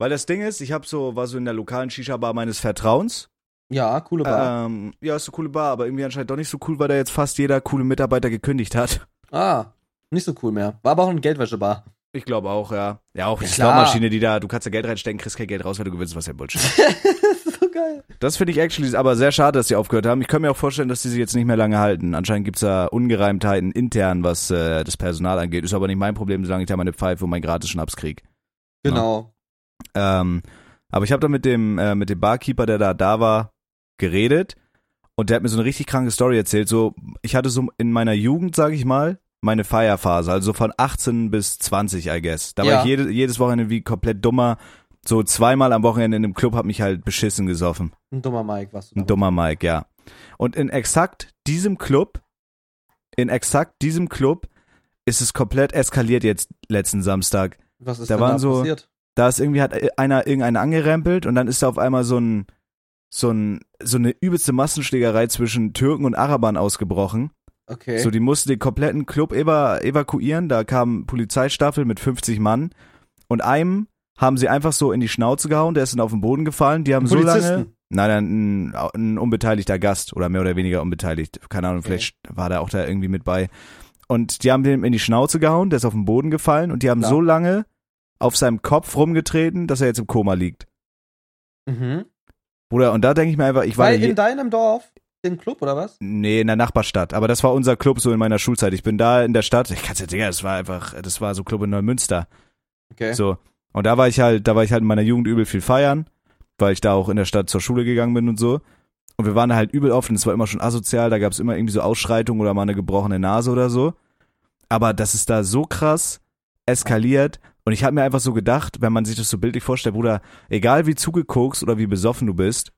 Speaker 2: Weil das Ding ist, ich habe so war so in der lokalen Shisha Bar meines Vertrauens
Speaker 1: Ja, coole Bar.
Speaker 2: Ähm, ja, ist eine coole Bar, aber irgendwie anscheinend doch nicht so cool, weil da jetzt fast jeder coole Mitarbeiter gekündigt hat.
Speaker 1: Ah, nicht so cool mehr. War aber auch eine Geldwäschebar. [LAUGHS]
Speaker 2: Ich glaube auch, ja. Ja, auch die
Speaker 1: Ja, klar.
Speaker 2: Slot-Maschine, die da, du kannst da Geld reinstecken, kriegst kein Geld raus, weil du gewinnst, was ja Bullshit.
Speaker 1: so geil.
Speaker 2: das finde ich actually aber sehr schade, dass die aufgehört haben. Ich kann mir auch vorstellen, dass die sich jetzt nicht mehr lange halten. Anscheinend gibt's da Ungereimtheiten intern, was äh, das Personal angeht. Ist aber nicht mein Problem, solange ich da meine Pfeife und meinen gratis Schnaps krieg.
Speaker 1: Genau.
Speaker 2: Ähm, aber ich habe da mit dem, äh, mit dem Barkeeper, der da, da war, geredet und der hat mir so eine richtig kranke Story erzählt. So, ich hatte so in meiner Jugend, sage ich mal, meine Feierphase, also von 18 bis 20, I guess. Da war
Speaker 1: Ja.
Speaker 2: ich jede, jedes Wochenende wie komplett dummer. So zweimal am Wochenende in einem Club hab mich halt beschissen gesoffen.
Speaker 1: Ein dummer Mike, was du
Speaker 2: Ein
Speaker 1: da
Speaker 2: dummer Mike, ja. Und in exakt diesem Club, in exakt diesem Club ist es komplett eskaliert jetzt letzten Samstag
Speaker 1: Was ist
Speaker 2: Da
Speaker 1: denn
Speaker 2: waren
Speaker 1: da
Speaker 2: so-
Speaker 1: passiert?
Speaker 2: da ist irgendwie hat einer irgendeinen angerempelt und dann ist da auf einmal so ein so ein so eine übelste Massenschlägerei zwischen Türken und Arabern ausgebrochen.
Speaker 1: Okay.
Speaker 2: So die mussten den kompletten Club eva evakuieren, da kam Polizeistaffel mit 50 Mann und einem haben sie einfach so in die Schnauze gehauen, der ist dann auf den Boden gefallen, die haben so lange
Speaker 1: Polizisten.
Speaker 2: Nein, nein, ein, ein unbeteiligter Gast oder mehr oder weniger unbeteiligt. Keine Ahnung,
Speaker 1: Okay.
Speaker 2: vielleicht war der auch da irgendwie mit bei. Und die haben dem in die Schnauze gehauen, der ist auf den Boden gefallen und die haben
Speaker 1: Klar.
Speaker 2: so lange auf seinem Kopf rumgetreten, dass er jetzt im Koma liegt.
Speaker 1: Mhm.
Speaker 2: Bruder, und da denke ich mir einfach, ich war
Speaker 1: Weil
Speaker 2: ja je-
Speaker 1: in deinem Dorf, den Club oder was?
Speaker 2: Nee, in der Nachbarstadt. Aber das war unser Club so in meiner Schulzeit. Ich bin da in der Stadt. Ich kann's ja, Digga, das war einfach, das war so Club in Neumünster.
Speaker 1: Okay.
Speaker 2: So. Und da war ich halt, da war ich halt in meiner Jugend übel viel feiern, weil ich da auch in der Stadt zur Schule gegangen bin und so. Und wir waren da halt übel offen. Es war immer schon asozial. Da gab's immer irgendwie so Ausschreitungen oder mal eine gebrochene Nase oder so. Aber das ist da so krass eskaliert. Und ich habe mir einfach so gedacht, wenn man sich das so bildlich vorstellt, Bruder, egal wie zugekokst oder wie besoffen du bist,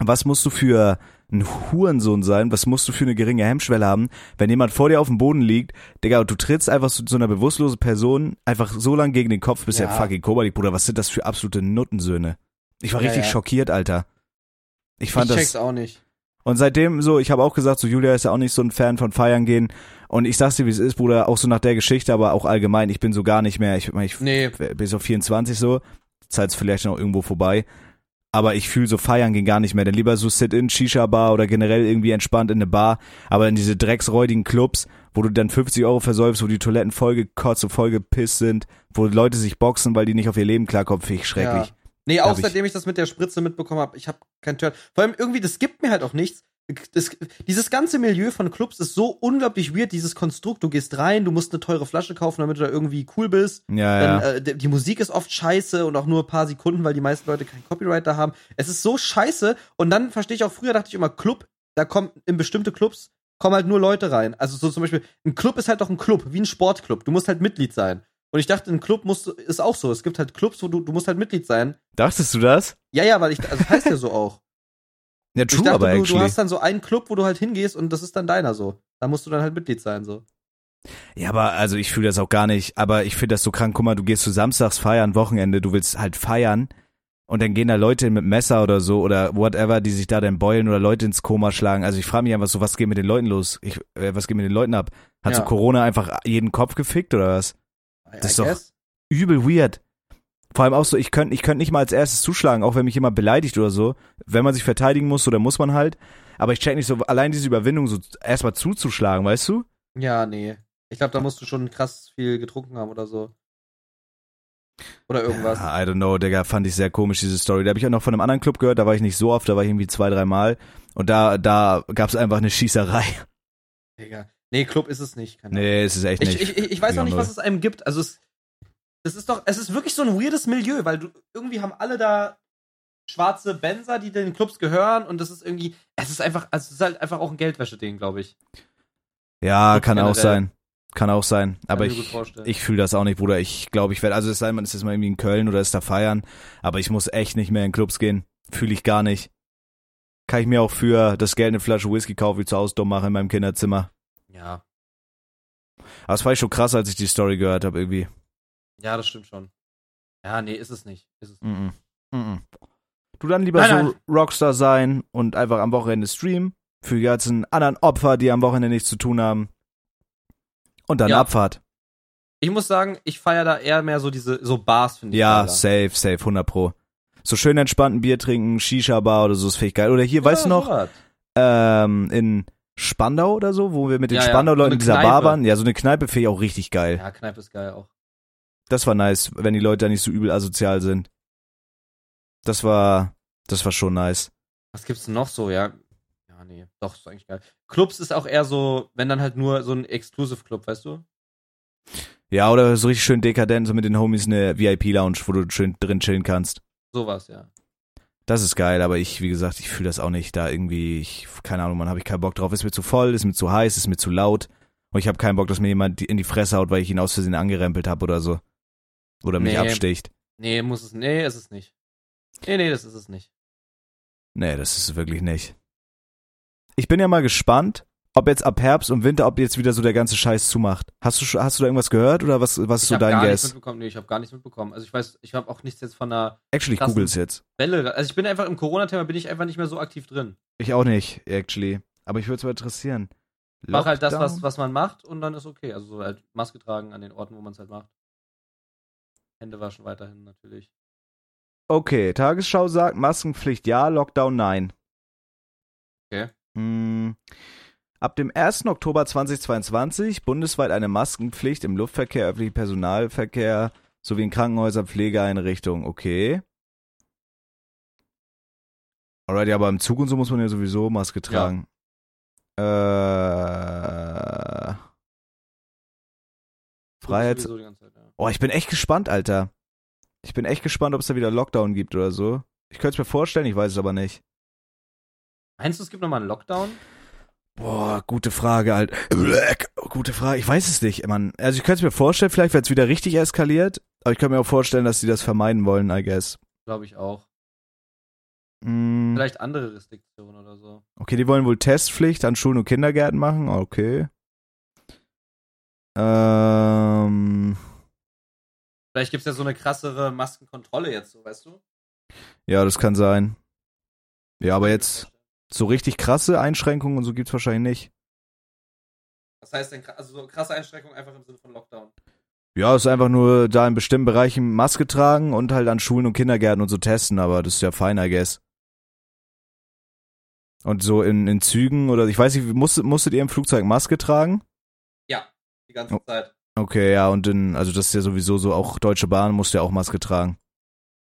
Speaker 2: was musst du für ein Hurensohn sein, was musst du für eine geringe Hemmschwelle haben, wenn jemand vor dir auf dem Boden liegt, Digga, und du trittst einfach so, so einer bewusstlosen Person einfach so lang gegen den Kopf, bis
Speaker 1: Ja.
Speaker 2: er fucking Koma liegt, Bruder, was sind das für absolute Nuttensöhne? Ich war
Speaker 1: Ja,
Speaker 2: richtig
Speaker 1: ja.
Speaker 2: schockiert, Alter. Ich fand
Speaker 1: ich
Speaker 2: das
Speaker 1: check's auch nicht.
Speaker 2: und seitdem so, ich habe auch gesagt, so Julia ist ja auch nicht so ein Fan von Feiern gehen. Und ich sag's dir, wie es ist, Bruder, auch so nach der Geschichte, aber auch allgemein, ich bin so gar nicht mehr, ich, ich
Speaker 1: Nee.
Speaker 2: bin so 24 so, Die Zeit's vielleicht noch irgendwo vorbei. Aber ich fühle so Feiern gehen gar nicht mehr. Denn lieber so Sit-in, Shisha-Bar oder generell irgendwie entspannt in eine Bar, aber in diese drecksräudigen Clubs, wo du dann 50 Euro versäufst, wo die Toiletten vollgekotzt und vollgepisst sind, wo Leute sich boxen, weil die nicht auf ihr Leben klarkommen, finde ich schrecklich.
Speaker 1: Ja. Nee,
Speaker 2: Hab
Speaker 1: auch
Speaker 2: ich-
Speaker 1: seitdem ich das mit der Spritze mitbekommen habe, ich habe keinen Turn. Vor allem irgendwie, das gibt mir halt auch nichts. Das, dieses ganze Milieu von Clubs ist so unglaublich weird, dieses Konstrukt. Du gehst rein, du musst eine teure Flasche kaufen, damit du da irgendwie cool bist.
Speaker 2: Ja, ja.
Speaker 1: Dann, äh, die die Musik ist oft scheiße und auch nur ein paar Sekunden, weil die meisten Leute kein Copyright da haben. Es ist so scheiße. Und dann verstehe ich auch, früher dachte ich immer, Club, da kommen in bestimmte Clubs kommen halt nur Leute rein. Also so zum Beispiel, ein Club ist halt doch ein Club, wie ein Sportclub. Du musst halt Mitglied sein. Und ich dachte, ein Club musst, du- ist auch so. Es gibt halt Clubs, wo du, du musst halt Mitglied sein.
Speaker 2: Dachtest du das?
Speaker 1: Ja, ja, weil ich, also das heißt ja so
Speaker 2: [LAUGHS]
Speaker 1: auch.
Speaker 2: Ja,
Speaker 1: Ich
Speaker 2: true,
Speaker 1: dachte,
Speaker 2: aber
Speaker 1: du,
Speaker 2: actually.
Speaker 1: du hast dann so einen Club, wo du halt hingehst und das ist dann deiner so. Da musst du dann halt Mitglied sein so.
Speaker 2: Ja, aber also ich fühle das auch gar nicht, aber ich finde das so krank. Guck mal, du gehst zu Samstags feiern, Wochenende, du willst halt feiern und dann gehen da Leute mit Messer oder so oder whatever, die sich da dann beulen oder Leute ins Koma schlagen. Also ich frage mich einfach so, was geht mit den Leuten los? Ich, äh, was geht mit den Leuten ab? Hat so
Speaker 1: Ja.
Speaker 2: Corona einfach jeden Kopf gefickt oder was?
Speaker 1: I,
Speaker 2: Das ist doch- Übel weird. Vor allem auch so, ich könnte ich könnt nicht mal als erstes zuschlagen, auch wenn mich jemand beleidigt oder so. Wenn man sich verteidigen muss, so, dann muss man halt. Aber ich check nicht so, allein diese Überwindung, so erstmal zuzuschlagen, weißt du?
Speaker 1: Ja, nee. Ich glaube, da musst du schon krass viel getrunken haben oder so. Oder irgendwas.
Speaker 2: Ja, I don't know, Digga, fand ich sehr komisch, diese Story. Da habe ich auch noch von einem anderen Club gehört, da war ich nicht so oft, da war ich irgendwie zwei, dreimal. Und da, da gab's einfach eine Schießerei. [LAUGHS]
Speaker 1: Digga. Nee, Ne, Club ist es nicht. Keine Ahnung.
Speaker 2: Nee, es Ne, ist echt
Speaker 1: ich,
Speaker 2: nicht.
Speaker 1: ich, ich, ich weiß
Speaker 2: Digga,
Speaker 1: auch nicht, was
Speaker 2: null.
Speaker 1: es einem gibt. Also es, das ist doch, es ist wirklich so ein weirdes Milieu, weil du irgendwie haben alle da schwarze Benzer, die den Clubs gehören und das ist irgendwie, es ist einfach, also es ist halt einfach auch ein Geldwäscheding, glaube ich.
Speaker 2: ja,
Speaker 1: Club
Speaker 2: kann auch
Speaker 1: generell.
Speaker 2: sein. Kann auch sein. Aber
Speaker 1: mir gut
Speaker 2: ich,
Speaker 1: vorstellen.
Speaker 2: ich fühle das auch nicht, Bruder. Ich glaube, ich werde, also es sei denn, man ist jetzt mal irgendwie in Köln oder ist da feiern. Aber ich muss echt nicht mehr in Clubs gehen. Fühle ich gar nicht. Kann ich mir auch für das Geld eine Flasche Whisky kaufen, wie zu Hause dumm mache in meinem Kinderzimmer.
Speaker 1: Ja.
Speaker 2: Aber es war ich schon krass, als ich die Story gehört habe, irgendwie.
Speaker 1: Ja, das stimmt schon. Ja, nee, ist es nicht. Ist es nicht.
Speaker 2: Mm -mm. Mm -mm. Du dann lieber
Speaker 1: Nein,
Speaker 2: so Rockstar sein und einfach am Wochenende streamen für die ganzen anderen Opfer, die am Wochenende nichts zu tun haben. Und dann
Speaker 1: Ja.
Speaker 2: Abfahrt.
Speaker 1: Ich muss sagen, ich feiere da eher mehr so diese, so Bars, finde ich.
Speaker 2: Ja,
Speaker 1: geiler.
Speaker 2: safe, safe, 100 pro. So schön entspannt ein Bier trinken, Shisha-Bar oder so ist fähig geil. Oder hier, weißt du
Speaker 1: Ja,
Speaker 2: noch,
Speaker 1: sowas.
Speaker 2: ähm, in Spandau oder so, wo wir mit den
Speaker 1: Ja, ja, so
Speaker 2: Spandau-Leuten
Speaker 1: eine
Speaker 2: in dieser
Speaker 1: Kneipe.
Speaker 2: Bar waren. Ja, so eine Kneipe fähig auch richtig geil.
Speaker 1: Ja, Kneipe ist geil auch.
Speaker 2: Das war nice, wenn die Leute da nicht so übel asozial sind. Das war, das war schon nice.
Speaker 1: Was gibt's denn noch so, ja? Ja, nee, doch, ist eigentlich geil. Clubs ist auch eher so, wenn dann halt nur so ein Exclusive-Club, weißt du?
Speaker 2: Ja, oder so richtig schön dekadent, so mit den Homies eine VIP-Lounge, wo du schön drin chillen kannst.
Speaker 1: Sowas, ja.
Speaker 2: Das ist geil, aber ich, wie gesagt, ich fühle das auch nicht da irgendwie. Ich, keine Ahnung, man habe ich keinen Bock drauf. Ist mir zu voll, ist mir zu heiß, ist mir zu laut. Und ich habe keinen Bock, dass mir jemand die- in die Fresse haut, weil ich ihn aus Versehen angerempelt habe oder so. Oder mich
Speaker 1: Nee.
Speaker 2: absticht.
Speaker 1: Nee, muss es, nee, ist es nicht. Nee, nee, das ist es nicht.
Speaker 2: Nee, das ist wirklich nicht. Ich bin ja mal gespannt, ob jetzt ab Herbst und Winter, ob jetzt wieder so der ganze Scheiß zumacht. Hast du, schon- hast du da irgendwas gehört oder was, was ist so
Speaker 1: ich hab
Speaker 2: dein
Speaker 1: gar nichts
Speaker 2: Guess?
Speaker 1: mitbekommen, nee, ich habe gar nichts mitbekommen. Also ich weiß, ich habe auch nichts jetzt von einer
Speaker 2: Actually, ich
Speaker 1: Krassen-
Speaker 2: google's jetzt.
Speaker 1: Welle. Also ich bin einfach im Corona-Thema, bin ich einfach nicht mehr so aktiv drin.
Speaker 2: Ich auch nicht, actually. Aber ich würde es mal interessieren.
Speaker 1: Mach halt das,
Speaker 2: Lockdown?
Speaker 1: was, was man macht und dann ist okay. Also so halt Maske tragen an den Orten, wo man es halt macht. Hände waschen weiterhin natürlich.
Speaker 2: Okay, Tagesschau sagt Maskenpflicht ja, Lockdown nein.
Speaker 1: Okay.
Speaker 2: Mm. Ab dem 1. Oktober 2022 bundesweit eine Maskenpflicht im Luftverkehr, öffentlichen Personalverkehr sowie in Krankenhäusern, Pflegeeinrichtungen. Okay. Alright, ja, aber im Zug und so muss man ja sowieso Maske tragen. Äh, Freiheits...
Speaker 1: Sowieso die ganze Zeit, ja.
Speaker 2: Oh, ich bin echt gespannt, Alter. Ich bin echt gespannt, ob es da wieder Lockdown gibt oder so. Ich könnte es mir vorstellen, ich weiß es aber nicht.
Speaker 1: Meinst du, es gibt nochmal einen Lockdown?
Speaker 2: Boah, gute Frage, Alter. [CLEARS THROAT] Gute Frage. Ich weiß es nicht, Mann. Also ich könnte es mir vorstellen, vielleicht wird es wieder richtig eskaliert, aber ich könnte mir auch vorstellen, dass sie das vermeiden wollen, I guess.
Speaker 1: Glaube ich auch.
Speaker 2: Mm.
Speaker 1: Vielleicht andere Restriktionen oder so.
Speaker 2: Okay, die wollen wohl Testpflicht an Schulen und Kindergärten machen. Okay. Ähm,
Speaker 1: Vielleicht gibt's ja so eine krassere Maskenkontrolle jetzt, so, weißt du?
Speaker 2: ja, das kann sein. Ja, aber jetzt so richtig krasse Einschränkungen und so gibt's wahrscheinlich nicht.
Speaker 1: Was heißt denn, kra- also so krasse Einschränkungen einfach im Sinne von Lockdown?
Speaker 2: Ja, ist einfach nur da in bestimmten Bereichen Maske tragen und halt an Schulen und Kindergärten und so testen, aber das ist ja fein, I guess. Und so in, in Zügen oder ich weiß nicht, musstet, musstet ihr im Flugzeug Maske tragen?
Speaker 1: Ja, die ganze
Speaker 2: Oh.
Speaker 1: Zeit.
Speaker 2: Okay, ja, und in, also das ist ja sowieso so, auch Deutsche Bahn musste ja auch Maske tragen.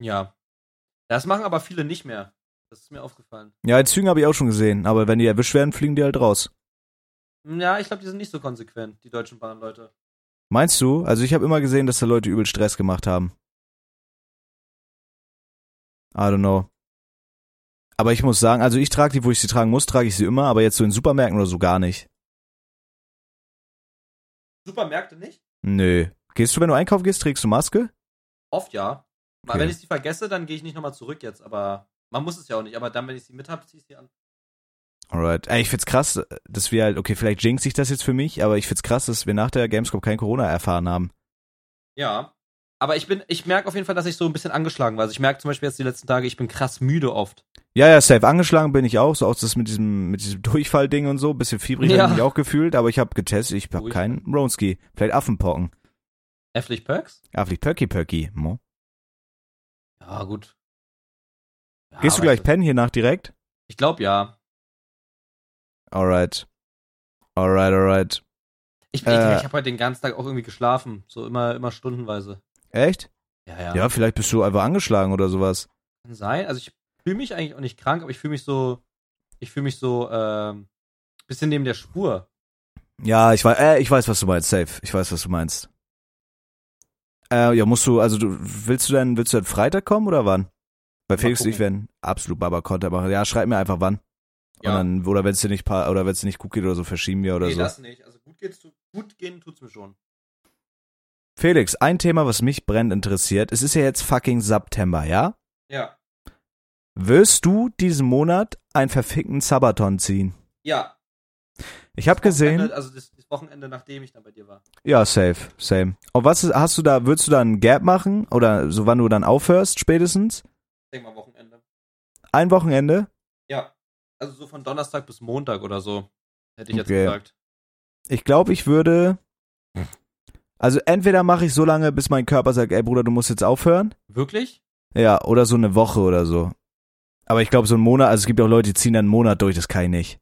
Speaker 1: Ja. Das machen aber viele nicht mehr. Das ist mir aufgefallen.
Speaker 2: Ja, in Zügen habe ich auch schon gesehen, aber wenn die erwischt werden, fliegen die halt raus.
Speaker 1: Hm, Ja, ich glaube, die sind nicht so konsequent, die deutschen Bahnleute.
Speaker 2: Meinst du? Also ich habe immer gesehen, dass da Leute übel Stress gemacht haben. I don't know. Aber ich muss sagen, also ich trage die, wo ich sie tragen muss, trage ich sie immer, aber jetzt so in Supermärkten oder so gar nicht.
Speaker 1: Supermärkte nicht?
Speaker 2: Nö. Gehst du, wenn du einkaufen gehst, trägst du Maske?
Speaker 1: Oft ja. Mal,
Speaker 2: Okay.
Speaker 1: Wenn ich sie vergesse, dann gehe ich nicht nochmal zurück jetzt, aber man muss es ja auch nicht. Aber dann, wenn ich sie mit habe, ziehe ich sie an.
Speaker 2: Alright. Ey, ich find's krass, dass wir halt, okay, vielleicht jinx ich das jetzt für mich, aber ich find's krass, dass wir nach der Gamescom kein Corona erfahren haben.
Speaker 1: Ja. Aber ich bin, ich merke auf jeden Fall, dass ich so ein bisschen angeschlagen war. Also ich merke zum Beispiel jetzt die letzten Tage, ich bin krass müde oft.
Speaker 2: Ja, ja, safe. Angeschlagen bin ich auch, so auch das mit diesem, mit diesem [LAUGHS] Durchfall-Ding und so. Bisschen fiebrig
Speaker 1: Ja.
Speaker 2: hab ich mich auch gefühlt, aber ich habe getestet, ich habe
Speaker 1: Ruhig.
Speaker 2: keinen Ronski. Vielleicht Affenpocken.
Speaker 1: Äfflich Perks?
Speaker 2: Ja, Ah, vielleicht Perky Perky. Mo.
Speaker 1: Ja, gut. Ja,
Speaker 2: Gehst du
Speaker 1: aber
Speaker 2: gleich pennen hier nach direkt?
Speaker 1: Ich glaube ja.
Speaker 2: Alright. Alright, alright.
Speaker 1: Ich,
Speaker 2: Äh.
Speaker 1: ich, ich habe heute den ganzen Tag auch irgendwie geschlafen. So immer, immer stundenweise.
Speaker 2: Echt?
Speaker 1: Ja, ja.
Speaker 2: Ja. vielleicht bist du einfach angeschlagen oder sowas.
Speaker 1: Kann sein. Also ich fühle mich eigentlich auch nicht krank, aber ich fühle mich so, ich fühle mich so, ähm, bisschen neben der Spur.
Speaker 2: Ja, ich weiß, äh, ich weiß, was du meinst, safe. Ich weiß, was du meinst. Äh, ja, musst du, also du, willst du denn, willst du denn Freitag kommen oder wann? Weil
Speaker 1: Mal
Speaker 2: Felix und ich
Speaker 1: gucken.
Speaker 2: werden absolut Baba-Content machen. Ja, schreib mir einfach wann. Und dann, oder wenn es dir nicht pa- oder wenn es dir nicht gut geht oder so, verschieben wir oder
Speaker 1: nee,
Speaker 2: so.
Speaker 1: das nicht. Also gut geht's, tu- gut gehen tut's mir schon.
Speaker 2: Felix, ein Thema, was mich brennend interessiert. Es ist ja jetzt fucking September, ja?
Speaker 1: Ja.
Speaker 2: Wirst du diesen Monat einen verfickten Sabaton ziehen?
Speaker 1: Ja.
Speaker 2: Ich habe
Speaker 1: Das Wochenende,
Speaker 2: gesehen.
Speaker 1: Also das, das Wochenende, nachdem ich dann bei dir war.
Speaker 2: Ja, safe, same. Und was ist, hast du da, würdest du da einen Gap machen? Oder so, wann du dann aufhörst, spätestens?
Speaker 1: Ich Denk mal Wochenende.
Speaker 2: Ein Wochenende?
Speaker 1: Ja. Also so von Donnerstag bis Montag oder so. Hätte ich jetzt
Speaker 2: Okay.
Speaker 1: gesagt.
Speaker 2: Ich glaube, ich würde. Also entweder mache ich so lange, bis mein Körper sagt, ey Bruder, du musst jetzt aufhören.
Speaker 1: Wirklich?
Speaker 2: Ja, oder so eine Woche oder so. Aber ich glaube, so einen Monat, also es gibt auch Leute, die ziehen dann einen Monat durch, das kann ich nicht.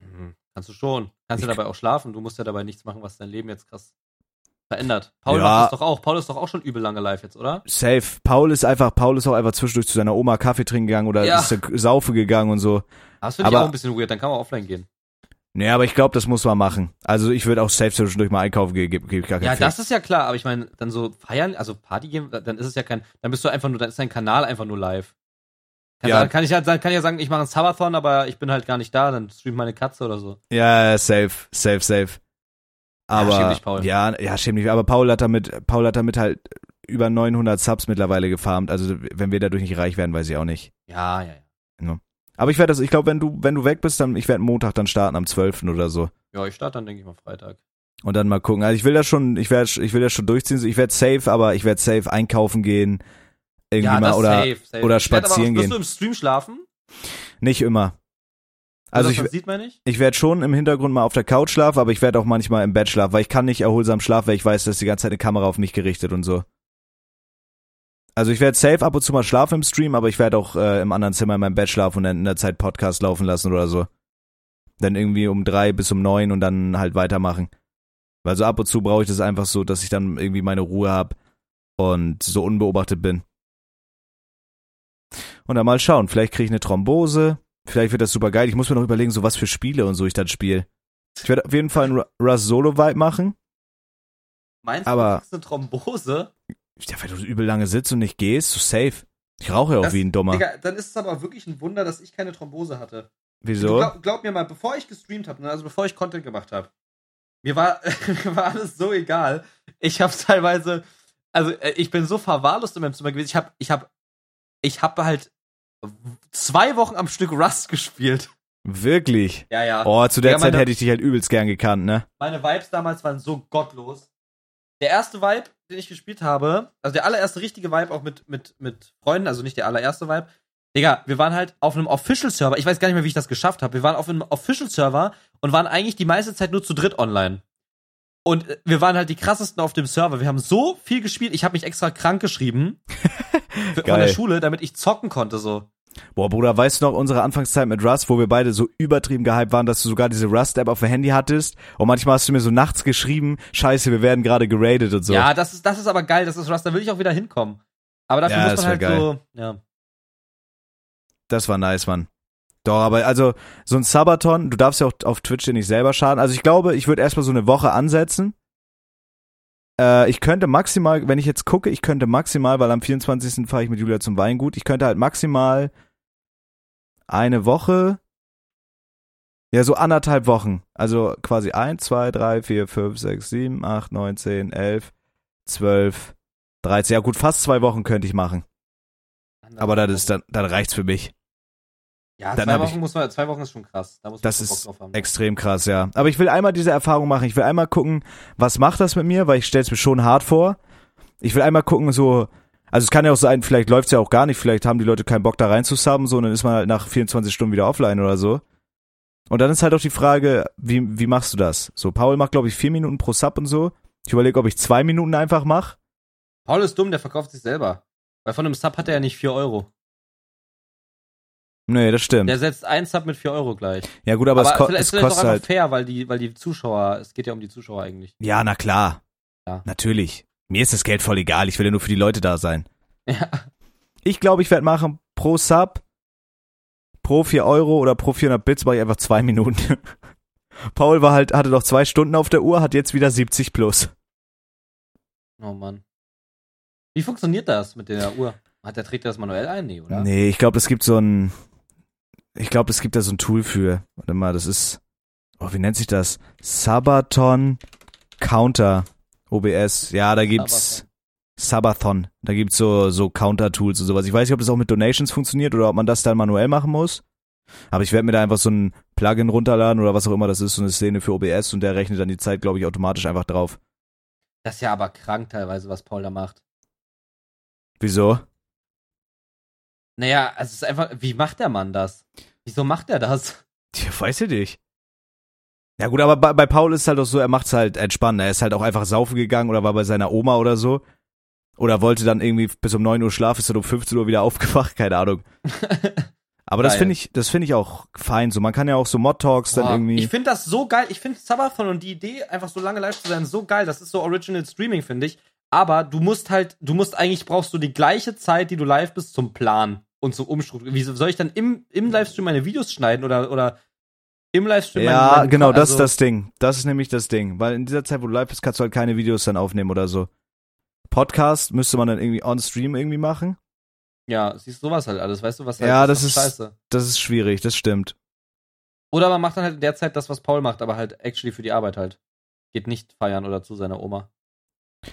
Speaker 1: Mhm. Kannst du schon. Kannst ja
Speaker 2: Ich-
Speaker 1: dabei auch schlafen. Du musst ja dabei nichts machen, was dein Leben jetzt krass verändert. Paul
Speaker 2: Ja.
Speaker 1: macht das doch auch. Paul ist doch auch schon übel lange live jetzt, oder?
Speaker 2: Safe. Paul ist einfach, Paul ist auch einfach zwischendurch zu seiner Oma Kaffee trinken gegangen oder
Speaker 1: Ja.
Speaker 2: ist da saufe gegangen und so.
Speaker 1: Aber das finde ich
Speaker 2: Aber-
Speaker 1: auch ein bisschen weird. Dann kann man offline gehen.
Speaker 2: Naja, aber ich glaube, das muss man machen. Also ich würde auch safe zwischendurch mal einkaufen gehen, gebe geb ich gar keinen
Speaker 1: Ja,
Speaker 2: Fick.
Speaker 1: das ist ja klar, aber ich meine, dann so feiern, also Party gehen, dann ist es ja kein, dann bist du einfach nur, dann ist dein Kanal einfach nur live. Kann,
Speaker 2: Ja.
Speaker 1: sagen, kann ich halt sagen, kann ich ja sagen, ich mache einen Sabathon, aber ich bin halt gar nicht da, dann streamt meine Katze oder so.
Speaker 2: Ja, ja, safe, safe, safe. Aber
Speaker 1: schäm dich, Paul.
Speaker 2: ja, ja, schäm dich. Aber Paul hat damit, Paul hat damit halt über 900 Subs mittlerweile gefarmt. Also wenn wir dadurch nicht reich werden, weiß ich auch nicht.
Speaker 1: Ja, ja, ja.
Speaker 2: Aber ich werde das, ich glaube, wenn du, wenn du weg bist, dann ich werde Montag dann starten am 12. oder so.
Speaker 1: Ja, ich starte dann, denke ich mal, Freitag.
Speaker 2: Und dann mal gucken. Also ich will das schon, ich werde, ich will das schon durchziehen. So, Ich werde safe, aber ich werde safe einkaufen gehen. Irgendwie
Speaker 1: ja,
Speaker 2: mal oder
Speaker 1: safe.
Speaker 2: oder
Speaker 1: Ich werd aber-
Speaker 2: spazieren
Speaker 1: wirst
Speaker 2: gehen.
Speaker 1: du im Stream schlafen?
Speaker 2: nicht immer. Also
Speaker 1: Dass
Speaker 2: ich,
Speaker 1: man sieht man nicht?
Speaker 2: ich werde schon im Hintergrund mal auf der Couch schlafen, aber ich werde auch manchmal im Bett schlafen, weil ich kann nicht erholsam schlafen, weil ich weiß, dass die ganze Zeit eine Kamera auf mich gerichtet und so. Also ich werde safe ab und zu mal schlafen im Stream, aber ich werde auch äh, im anderen Zimmer in meinem Bett schlafen und dann in der Zeit Podcast laufen lassen oder so. Dann irgendwie um drei bis um neun und dann halt weitermachen. Weil so ab und zu brauche ich das einfach so, dass ich dann irgendwie meine Ruhe habe und so unbeobachtet bin. Und dann mal schauen, vielleicht kriege ich eine Thrombose, vielleicht wird das super geil. Ich muss mir noch überlegen, so was für Spiele und so ich dann spiele. Ich werde auf jeden Fall einen Ru- Russ Solo-Vibe machen.
Speaker 1: Meinst
Speaker 2: Aber-
Speaker 1: du, das ist eine Thrombose?
Speaker 2: Ja, weil du so übel lange sitzt und nicht gehst, so safe. Ich rauche ja auch
Speaker 1: Das-
Speaker 2: wie ein Dummer.
Speaker 1: Digga, dann ist es aber wirklich ein Wunder, dass ich keine Thrombose hatte. Du
Speaker 2: Wieso?
Speaker 1: glaub, glaub mir mal, bevor ich gestreamt habe, also bevor ich Content gemacht habe, mir war, [LAUGHS] mir war alles so egal. Ich habe teilweise, also äh, ich bin so verwahrlost in meinem Zimmer gewesen. Ich habe, ich habe, ich habe halt zwei Wochen am Stück Rust gespielt.
Speaker 2: Wirklich?
Speaker 1: Ja, ja.
Speaker 2: Oh, zu der
Speaker 1: Ah. Ja,
Speaker 2: Zeit
Speaker 1: meine-
Speaker 2: hätte ich dich halt übelst gern gekannt, ne?
Speaker 1: Meine Vibes damals waren so gottlos. Der erste Vibe, den ich gespielt habe, also der allererste richtige Vibe auch mit, mit, mit Freunden, also nicht der allererste Vibe. Digga, wir waren halt auf einem Official-Server. Ich weiß gar nicht mehr, wie ich das geschafft habe. Wir waren auf einem Official-Server und waren eigentlich die meiste Zeit nur zu dritt online. Und äh, wir waren halt die krassesten auf dem Server. Wir haben so viel gespielt. Ich habe mich extra krank
Speaker 2: [LAUGHS]
Speaker 1: geschrieben für- von
Speaker 2: Geil.
Speaker 1: der Schule, damit ich zocken konnte. So.
Speaker 2: Boah, Bruder, weißt du noch unsere Anfangszeit mit Rust, wo wir beide so übertrieben gehypt waren, dass du sogar diese Rust-App auf dem Handy hattest und manchmal hast du mir so nachts geschrieben, scheiße, wir werden gerade geradet und so.
Speaker 1: Ja, das ist das ist aber geil. Das ist Rust. Da will ich auch wieder hinkommen. Aber dafür
Speaker 2: Ja,
Speaker 1: muss
Speaker 2: das
Speaker 1: man
Speaker 2: wär
Speaker 1: halt
Speaker 2: geil.
Speaker 1: so. Ja.
Speaker 2: Das war nice, Mann. Doch, aber also so ein Sabaton, du darfst ja auch auf Twitch dir nicht selber schaden. Also ich glaube, ich würde erstmal so eine Woche ansetzen. Äh, ich könnte maximal, wenn ich jetzt gucke, ich könnte maximal, weil am 24. fahre ich mit Julia zum Weingut, ich könnte halt maximal eine Woche, ja, so anderthalb Wochen. Also quasi 1, 2, 3, 4, 5, 6, 7, 8, 9, 10, 11, 12, 13. Ja gut, fast zwei Wochen könnte ich machen. Aber das ist, dann, dann reicht's für mich.
Speaker 1: Ja,
Speaker 2: Dann
Speaker 1: zwei
Speaker 2: hab
Speaker 1: Wochen
Speaker 2: ich-
Speaker 1: muss man, zwei Wochen ist schon krass. Da muss
Speaker 2: Das
Speaker 1: man schon
Speaker 2: ist
Speaker 1: Bock drauf haben.
Speaker 2: Extrem krass, ja. Aber ich will einmal diese Erfahrung machen. Ich will einmal gucken, was macht das mit mir, weil ich stell's mir schon hart vor. Ich will einmal gucken, so, also es kann ja auch sein, vielleicht läuft's ja auch gar nicht, vielleicht haben die Leute keinen Bock da reinzusubben, so, und dann ist man halt nach 24 Stunden wieder offline oder so. Und dann ist halt auch die Frage, wie, wie machst du das? So, Paul macht, glaube ich, vier Minuten pro Sub und so. Ich überlege, ob ich zwei Minuten einfach mache.
Speaker 1: Paul ist dumm, der verkauft sich selber. Weil von einem Sub hat er ja nicht 4 Euro.
Speaker 2: Nee, das stimmt.
Speaker 1: Der setzt einen Sub mit 4 Euro gleich.
Speaker 2: ja gut, aber, es, ko
Speaker 1: vielleicht
Speaker 2: es
Speaker 1: ist vielleicht auch
Speaker 2: kostet
Speaker 1: einfach
Speaker 2: halt.
Speaker 1: fair, weil die, weil die Zuschauer, es geht ja um die Zuschauer eigentlich.
Speaker 2: Ja, na klar.
Speaker 1: Ja.
Speaker 2: Natürlich. Mir ist das Geld voll egal. Ich will ja nur für die Leute da sein.
Speaker 1: Ja.
Speaker 2: Ich glaube, ich werde machen pro Sub, pro 4 Euro oder pro 400 Bits mache ich einfach zwei Minuten. [LAUGHS] Paul war halt, hatte doch zwei Stunden auf der Uhr, hat jetzt wieder 70 plus.
Speaker 1: Oh Mann. Wie funktioniert das mit der Uhr? Hat der trägt das manuell ein? Nee, oder?
Speaker 2: Nee, ich glaube, es gibt so ein, ich glaube, es gibt da so ein Tool für. Warte mal, das ist, oh, wie nennt sich das? Sabaton Counter OBS. Ja, da gibt's Sabathon. Da gibt's so, so Counter-Tools und sowas. Ich weiß nicht, ob das auch mit Donations funktioniert oder ob man das dann manuell machen muss. Aber ich werde mir da einfach so ein Plugin runterladen oder was auch immer das ist, so eine Szene für OBS und der rechnet dann die Zeit, glaube ich, automatisch einfach drauf.
Speaker 1: Das ist ja aber krank teilweise, was Paul da macht.
Speaker 2: Wieso?
Speaker 1: Naja, also es ist einfach, wie macht der Mann das? Wieso macht er das?
Speaker 2: Tja, weiß ich nicht. Ja gut, aber bei, bei Paul ist halt auch so, er macht's halt entspannt. Er ist halt auch einfach saufen gegangen oder war bei seiner Oma oder so. Oder wollte dann irgendwie bis um 9 Uhr schlafen, ist dann um 15 Uhr wieder [LAUGHS] aufgewacht, keine Ahnung. Aber das
Speaker 1: Geil.
Speaker 2: finde ich, das finde ich auch fein. So, man kann ja auch so Mod-Talks dann
Speaker 1: Boah,
Speaker 2: irgendwie.
Speaker 1: Ich finde das so geil. Ich finde Sabathon und die Idee, einfach so lange live zu sein, so geil. Das ist so Original Streaming, finde ich. Aber du musst halt, du musst eigentlich, brauchst du die gleiche Zeit, die du live bist, zum Plan und zum Umstrukturieren. Wieso soll ich dann im, im Livestream meine Videos schneiden oder, oder im Livestream meine-
Speaker 2: ja,
Speaker 1: meine-
Speaker 2: genau, das ist
Speaker 1: also-
Speaker 2: das Ding. Das ist nämlich das Ding. Weil in dieser Zeit, wo du live bist, kannst du halt keine Videos dann aufnehmen oder so. Podcast müsste man dann irgendwie on-stream irgendwie machen.
Speaker 1: Ja, siehst sowas halt alles, weißt du, was halt
Speaker 2: Ja, das
Speaker 1: doch
Speaker 2: ist-
Speaker 1: scheiße.
Speaker 2: Das ist schwierig, das stimmt.
Speaker 1: Oder man macht dann halt in der Zeit das, was Paul macht, aber halt actually für die Arbeit halt. Geht nicht feiern oder zu seiner Oma.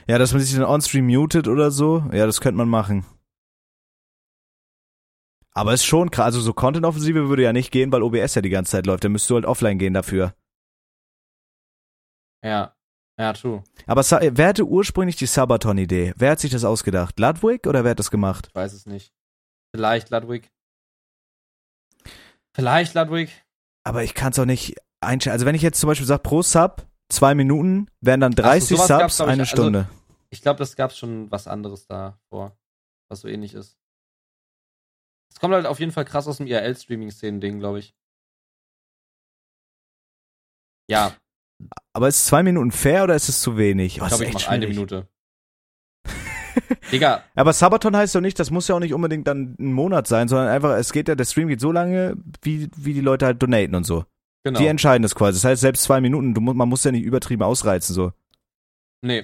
Speaker 2: Ja, dass man sich dann on-stream mutet oder so, ja, das könnte man machen. Aber ist schon krass, also so Content-Offensive würde ja nicht gehen, weil OBS ja die ganze Zeit läuft, dann müsstest du halt offline gehen dafür.
Speaker 1: Ja. Ja, true.
Speaker 2: Aber Sa wer hatte ursprünglich die Sabaton-Idee? Wer hat sich das ausgedacht? Ludwig oder wer hat das gemacht?
Speaker 1: Ich weiß es nicht. Vielleicht Ludwig. Vielleicht Ludwig.
Speaker 2: Aber ich kann es auch nicht einschätzen. Also wenn ich jetzt zum Beispiel sage, pro Sub zwei Minuten, wären dann 30
Speaker 1: sowas gab's,
Speaker 2: Subs
Speaker 1: glaub ich,
Speaker 2: eine
Speaker 1: also-
Speaker 2: Stunde.
Speaker 1: Ich glaube, das gab schon was anderes da vor. was so ähnlich ist. Es kommt halt auf jeden Fall krass aus dem IRL-Streaming-Szenen-Ding, glaube ich. Ja,
Speaker 2: Aber ist zwei Minuten fair oder ist es zu wenig? Oh,
Speaker 1: ich
Speaker 2: das
Speaker 1: glaube, ich
Speaker 2: ist echt
Speaker 1: mache eine
Speaker 2: schwierig.
Speaker 1: Minute. Digga,
Speaker 2: Aber Sabaton heißt doch nicht, das muss ja auch nicht unbedingt dann ein Monat sein, sondern einfach, es geht ja, der Stream geht so lange, wie, wie die Leute halt donaten und so.
Speaker 1: genau.
Speaker 2: Die entscheiden das quasi. Das heißt, selbst zwei Minuten, du, mu- man muss ja nicht übertrieben ausreizen, so.
Speaker 1: Nee.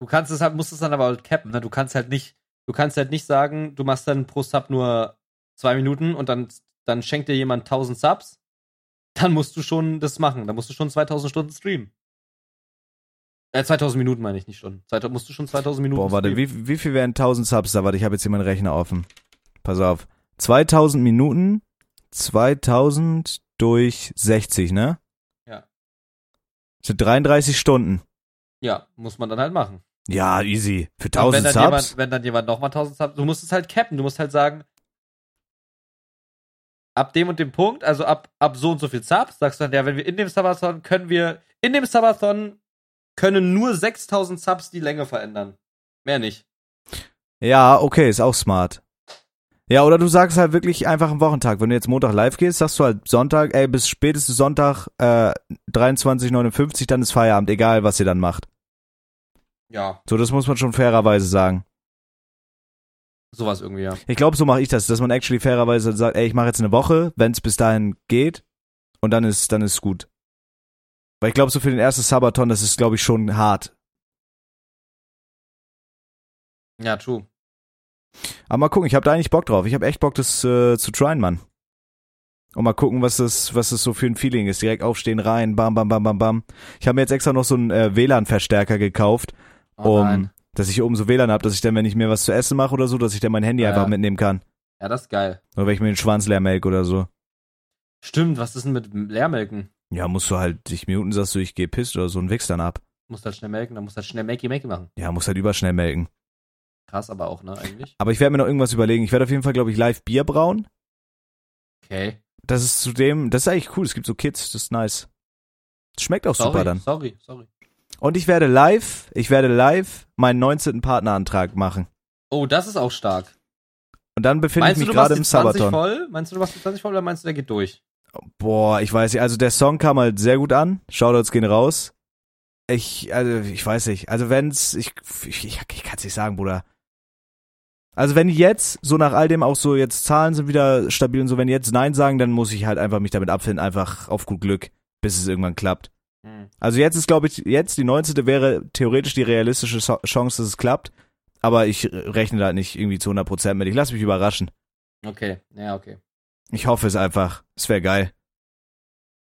Speaker 1: Du kannst es halt, musst es dann aber halt cappen. Ne? Du kannst halt nicht, du kannst halt nicht sagen, du machst dann pro Sub nur zwei Minuten und dann, dann schenkt dir jemand 1000 Subs. Dann musst du schon das machen. Dann musst du schon 2000 Stunden streamen. Äh, 2000 Minuten meine ich nicht Stunden. 2000, musst du schon 2000 Minuten
Speaker 2: Boah, warte,
Speaker 1: streamen.
Speaker 2: wie, wie viel wären 1000 Subs da? Warte, ich habe jetzt hier meinen Rechner offen. Pass auf. 2000 Minuten, 2000 durch 60, ne?
Speaker 1: Ja.
Speaker 2: Das sind 33 Stunden.
Speaker 1: Ja, muss man dann halt machen.
Speaker 2: Ja, easy. Für
Speaker 1: Und
Speaker 2: 1000
Speaker 1: wenn dann
Speaker 2: Subs?
Speaker 1: Jemand, wenn dann jemand nochmal 1000 Subs, du musst es halt cappen. Du musst halt sagen, ab dem und dem Punkt, also ab, ab so und so viel Subs, sagst du dann, ja, wenn wir in dem Subathon können wir, in dem Subathon können nur 6000 Subs die Länge verändern. Mehr nicht.
Speaker 2: Ja, okay, ist auch smart. Ja, oder du sagst halt wirklich einfach am Wochentag. Wenn du jetzt Montag live gehst, sagst du halt Sonntag, ey, bis spätestens Sonntag äh, 23.59, dann ist Feierabend, egal was ihr dann macht.
Speaker 1: Ja,
Speaker 2: So, das muss man schon fairerweise sagen.
Speaker 1: sowas irgendwie, ja.
Speaker 2: Ich glaube, so mache ich das, dass man actually fairerweise sagt, ey, ich mache jetzt eine Woche, wenn's bis dahin geht, und dann ist dann ist gut. Weil ich glaube, so für den ersten Sabaton, das ist, glaube ich, schon hart.
Speaker 1: Ja, true.
Speaker 2: Aber mal gucken, ich habe da eigentlich Bock drauf. Ich habe echt Bock, das äh, zu tryen, Mann. Und mal gucken, was das, was das so für ein Feeling ist. Direkt aufstehen, rein, bam, bam, bam, bam, bam. Ich habe mir jetzt extra noch so einen äh, WLAN-Verstärker gekauft,
Speaker 1: Oh
Speaker 2: um,
Speaker 1: nein.
Speaker 2: dass ich hier oben so WLAN habe, dass ich dann, wenn ich mir was zu essen mache oder so, dass ich dann mein Handy
Speaker 1: Ja,
Speaker 2: einfach
Speaker 1: ja.
Speaker 2: mitnehmen kann.
Speaker 1: Ja, das ist geil.
Speaker 2: Oder wenn ich mir den Schwanz leer melke oder so.
Speaker 1: Stimmt, was ist denn mit Leermelken?
Speaker 2: Ja, musst du halt dich Minuten sagst du, ich geh pisst oder so und wichst dann ab.
Speaker 1: Musst halt schnell melken, dann musst halt schnell Makey-Makey machen.
Speaker 2: Ja, musst halt überschnell melken.
Speaker 1: Krass aber auch, ne, eigentlich?
Speaker 2: Aber ich werde mir noch irgendwas überlegen. Ich werde auf jeden Fall, glaube ich, live Bier brauen.
Speaker 1: Okay.
Speaker 2: Das ist zudem, das ist eigentlich cool. Es gibt so Kids, das ist nice. Das schmeckt auch
Speaker 1: Sorry,
Speaker 2: super dann.
Speaker 1: sorry, sorry.
Speaker 2: Und ich werde live, ich werde live meinen 19. Partnerantrag machen.
Speaker 1: Oh, das ist auch stark.
Speaker 2: Und dann befinde ich
Speaker 1: Meinst du,
Speaker 2: mich
Speaker 1: du machst
Speaker 2: gerade
Speaker 1: die
Speaker 2: im
Speaker 1: 20
Speaker 2: Sabaton.
Speaker 1: voll? Meinst du, du machst die 20 voll oder meinst du, der geht durch?
Speaker 2: Boah, ich weiß nicht. Also der Song kam halt sehr gut an. Shoutouts gehen raus. Ich, also ich weiß nicht. Also wenn's, ich, ich, ich, ich kann's nicht sagen, Bruder. Also wenn die jetzt, so nach all dem auch so jetzt Zahlen sind wieder stabil und so, wenn die jetzt Nein sagen, dann muss ich halt einfach mich damit abfinden, einfach auf gut Glück, bis es irgendwann klappt.
Speaker 1: Hm,
Speaker 2: Also jetzt ist, glaube ich, jetzt die 19. wäre theoretisch die realistische So- Chance, dass es klappt. Aber ich rechne da nicht irgendwie zu 100% mit. Ich lasse mich überraschen.
Speaker 1: Okay, ja, okay.
Speaker 2: Ich hoffe es einfach. Es wäre geil.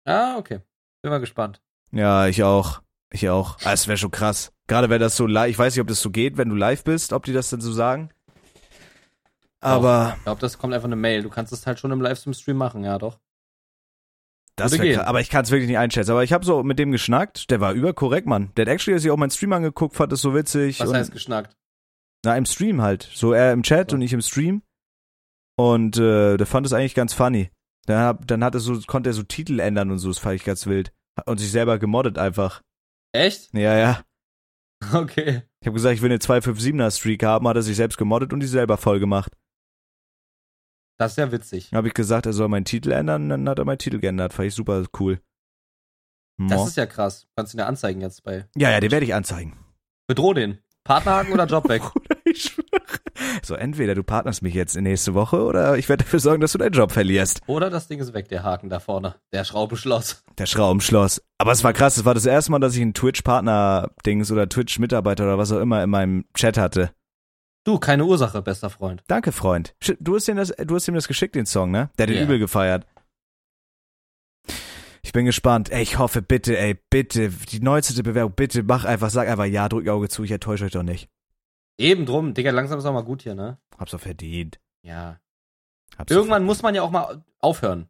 Speaker 1: Ah, okay. Bin mal gespannt.
Speaker 2: Ja, ich auch. Ich auch. Ah, es wäre schon krass. Gerade wenn das so live, ich weiß nicht, ob das so geht, wenn du live bist, ob die das dann so sagen. Aber
Speaker 1: Ich glaube, das kommt einfach eine Mail. Du kannst es halt schon im Livestream-Stream machen, ja, doch.
Speaker 2: das
Speaker 1: würde
Speaker 2: wär
Speaker 1: gehen.
Speaker 2: krass. Aber ich kann es wirklich nicht einschätzen. Aber ich habe so mit dem geschnackt. Der war überkorrekt, Mann. Der hat actually sich auch meinen Stream angeguckt, fand das so witzig.
Speaker 1: Was
Speaker 2: und,
Speaker 1: heißt geschnackt?
Speaker 2: na, im Stream halt. So er im Chat
Speaker 1: So.
Speaker 2: und ich im Stream. Und äh, der fand es eigentlich ganz funny. Dann, hab, dann hat er so, konnte er so Titel ändern und so, das fand ich ganz wild. Und sich selber gemoddet einfach.
Speaker 1: Echt?
Speaker 2: Ja, ja.
Speaker 1: [LAUGHS] Okay.
Speaker 2: Ich habe gesagt, ich will eine 257er Streak haben, hat er sich selbst gemoddet und die selber voll gemacht.
Speaker 1: Das ist ja witzig.
Speaker 2: Dann habe ich gesagt, er soll meinen Titel ändern, dann hat er meinen Titel geändert. Fand ich super cool.
Speaker 1: Das
Speaker 2: Mo.
Speaker 1: ist ja krass. Kannst du ihn ja anzeigen jetzt bei.
Speaker 2: Ja, ja, den werde ich anzeigen.
Speaker 1: [LAUGHS] Bedroh den. Partnerhaken oder Job
Speaker 2: [LAUGHS]
Speaker 1: weg?
Speaker 2: Bruder, ich schwöre. So, entweder du partnerst mich jetzt in nächste Woche oder ich werde dafür sorgen, dass du deinen Job verlierst.
Speaker 1: Oder das Ding ist weg, der Haken da vorne. Der Schraubenschloss.
Speaker 2: Der Schraubenschloss. Aber es war krass, es war das erste Mal, dass ich einen Twitch-Partner-Dings oder Twitch-Mitarbeiter oder was auch immer in meinem Chat hatte.
Speaker 1: Du, keine Ursache, bester Freund.
Speaker 2: Danke, Freund. Sch- Du hast, ihm das, du hast ihm das geschickt, den Song, ne? Der hat den
Speaker 1: Ja.
Speaker 2: übel gefeiert. Ich bin gespannt. Ey, ich hoffe, bitte, ey, bitte, die 19. Bewerbung, bitte, mach einfach, sag einfach ja, drück Auge zu, ich enttäusche euch doch nicht.
Speaker 1: Eben drum. Digga, langsam ist auch mal gut hier, ne?
Speaker 2: Hab's doch verdient.
Speaker 1: Ja.
Speaker 2: Hab's doch
Speaker 1: Irgendwann muss man ja auch mal aufhören,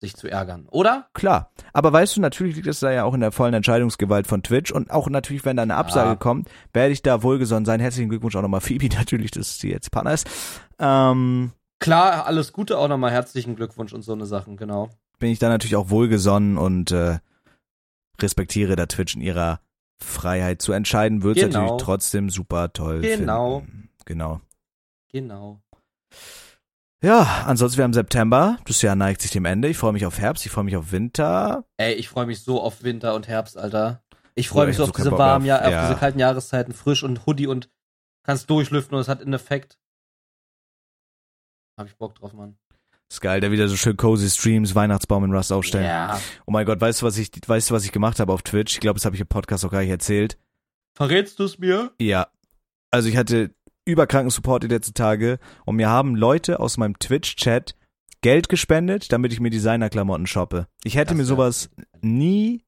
Speaker 1: sich zu ärgern. Oder?
Speaker 2: Klar. Aber weißt du, natürlich liegt es da ja auch in der vollen Entscheidungsgewalt von Twitch und auch natürlich, wenn da eine Absage
Speaker 1: Ja.
Speaker 2: kommt, werde ich da wohlgesonnen sein. Herzlichen Glückwunsch auch nochmal Phoebe, [LAUGHS] natürlich, dass sie jetzt Partner ist. Ähm,
Speaker 1: Klar, alles Gute auch nochmal. Herzlichen Glückwunsch und so eine Sachen, genau.
Speaker 2: bin ich da natürlich auch wohlgesonnen und äh, respektiere da Twitch in ihrer Freiheit zu entscheiden. Würde
Speaker 1: Genau.
Speaker 2: natürlich trotzdem super toll
Speaker 1: Genau.
Speaker 2: finden. Genau.
Speaker 1: Genau.
Speaker 2: Ja, ansonsten wir haben September. Das Jahr neigt sich dem Ende. Ich freue mich auf Herbst, ich freue mich auf Winter.
Speaker 1: Ey, ich freue mich so auf Winter und Herbst, Alter. Ich
Speaker 2: Boah,
Speaker 1: freue mich
Speaker 2: ich
Speaker 1: so
Speaker 2: hab
Speaker 1: auf
Speaker 2: so keinen
Speaker 1: diese
Speaker 2: Bock
Speaker 1: warmen,
Speaker 2: auf-
Speaker 1: ja, auf
Speaker 2: ja.
Speaker 1: diese kalten Jahreszeiten, frisch und Hoodie und kannst durchlüften und es hat einen Effekt. Hab ich Bock drauf, Mann.
Speaker 2: Ist geil, da wieder so schön cozy Streams, Weihnachtsbaum in Rust aufstellen.
Speaker 1: Ja.
Speaker 2: Oh mein Gott, weißt du, was ich, weißt du, was ich gemacht habe auf Twitch? Ich glaube, das habe ich im Podcast auch gar nicht erzählt.
Speaker 1: Verrätst du es mir?
Speaker 2: Ja. Also ich hatte überkranken Support die letzten Tage und mir haben Leute aus meinem Twitch-Chat Geld gespendet, damit ich mir Designerklamotten shoppe. Ich hätte
Speaker 1: Das
Speaker 2: mir
Speaker 1: wär-
Speaker 2: sowas nie,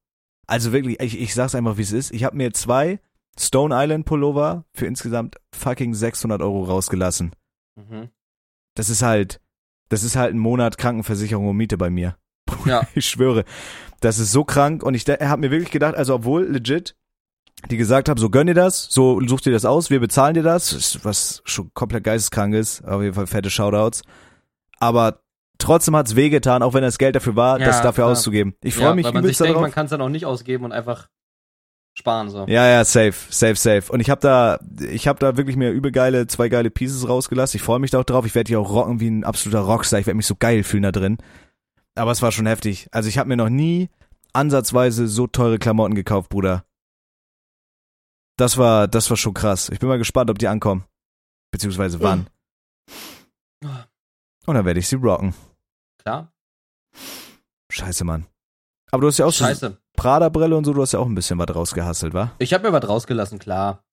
Speaker 2: also wirklich, ich, ich sag's einfach, wie es ist. Ich habe mir zwei Stone Island Pullover für insgesamt fucking 600 Euro rausgelassen.
Speaker 1: Mhm.
Speaker 2: Das ist halt, das ist halt ein Monat Krankenversicherung und Miete bei mir.
Speaker 1: Ja.
Speaker 2: [LAUGHS] Ich schwöre, das ist so krank und ich habe mir wirklich gedacht, also obwohl legit die gesagt haben, so gönn dir das, so such dir das aus, wir bezahlen dir das, ist was schon komplett geisteskrank ist, auf jeden Fall fette Shoutouts. Aber trotzdem hat's wehgetan, auch wenn das Geld dafür war,
Speaker 1: Ja,
Speaker 2: das dafür
Speaker 1: klar.
Speaker 2: auszugeben. Ich freue
Speaker 1: ja,
Speaker 2: mich
Speaker 1: weil man sich
Speaker 2: übelst
Speaker 1: denkt,
Speaker 2: darauf.
Speaker 1: man kann es dann auch nicht ausgeben und einfach sparen so.
Speaker 2: Ja, ja, safe, safe, safe. Und ich habe da, ich habe da wirklich mir übel geile, zwei geile Pieces rausgelassen. Ich freue mich da auch drauf. Ich werde die auch rocken wie ein absoluter Rockstar. Ich werde mich so geil fühlen da drin. Aber es war schon heftig. Also ich habe mir noch nie ansatzweise so teure Klamotten gekauft, Bruder. Das war, das war schon krass. Ich bin mal gespannt, ob die ankommen. Beziehungsweise wann. Und dann werde ich sie rocken.
Speaker 1: Klar.
Speaker 2: Scheiße, Mann. Aber du hast ja auch so
Speaker 1: Scheiße.
Speaker 2: Prada-Brille und so, du hast ja auch ein bisschen was rausgehasselt, wa?
Speaker 1: Ich habe mir was rausgelassen, klar.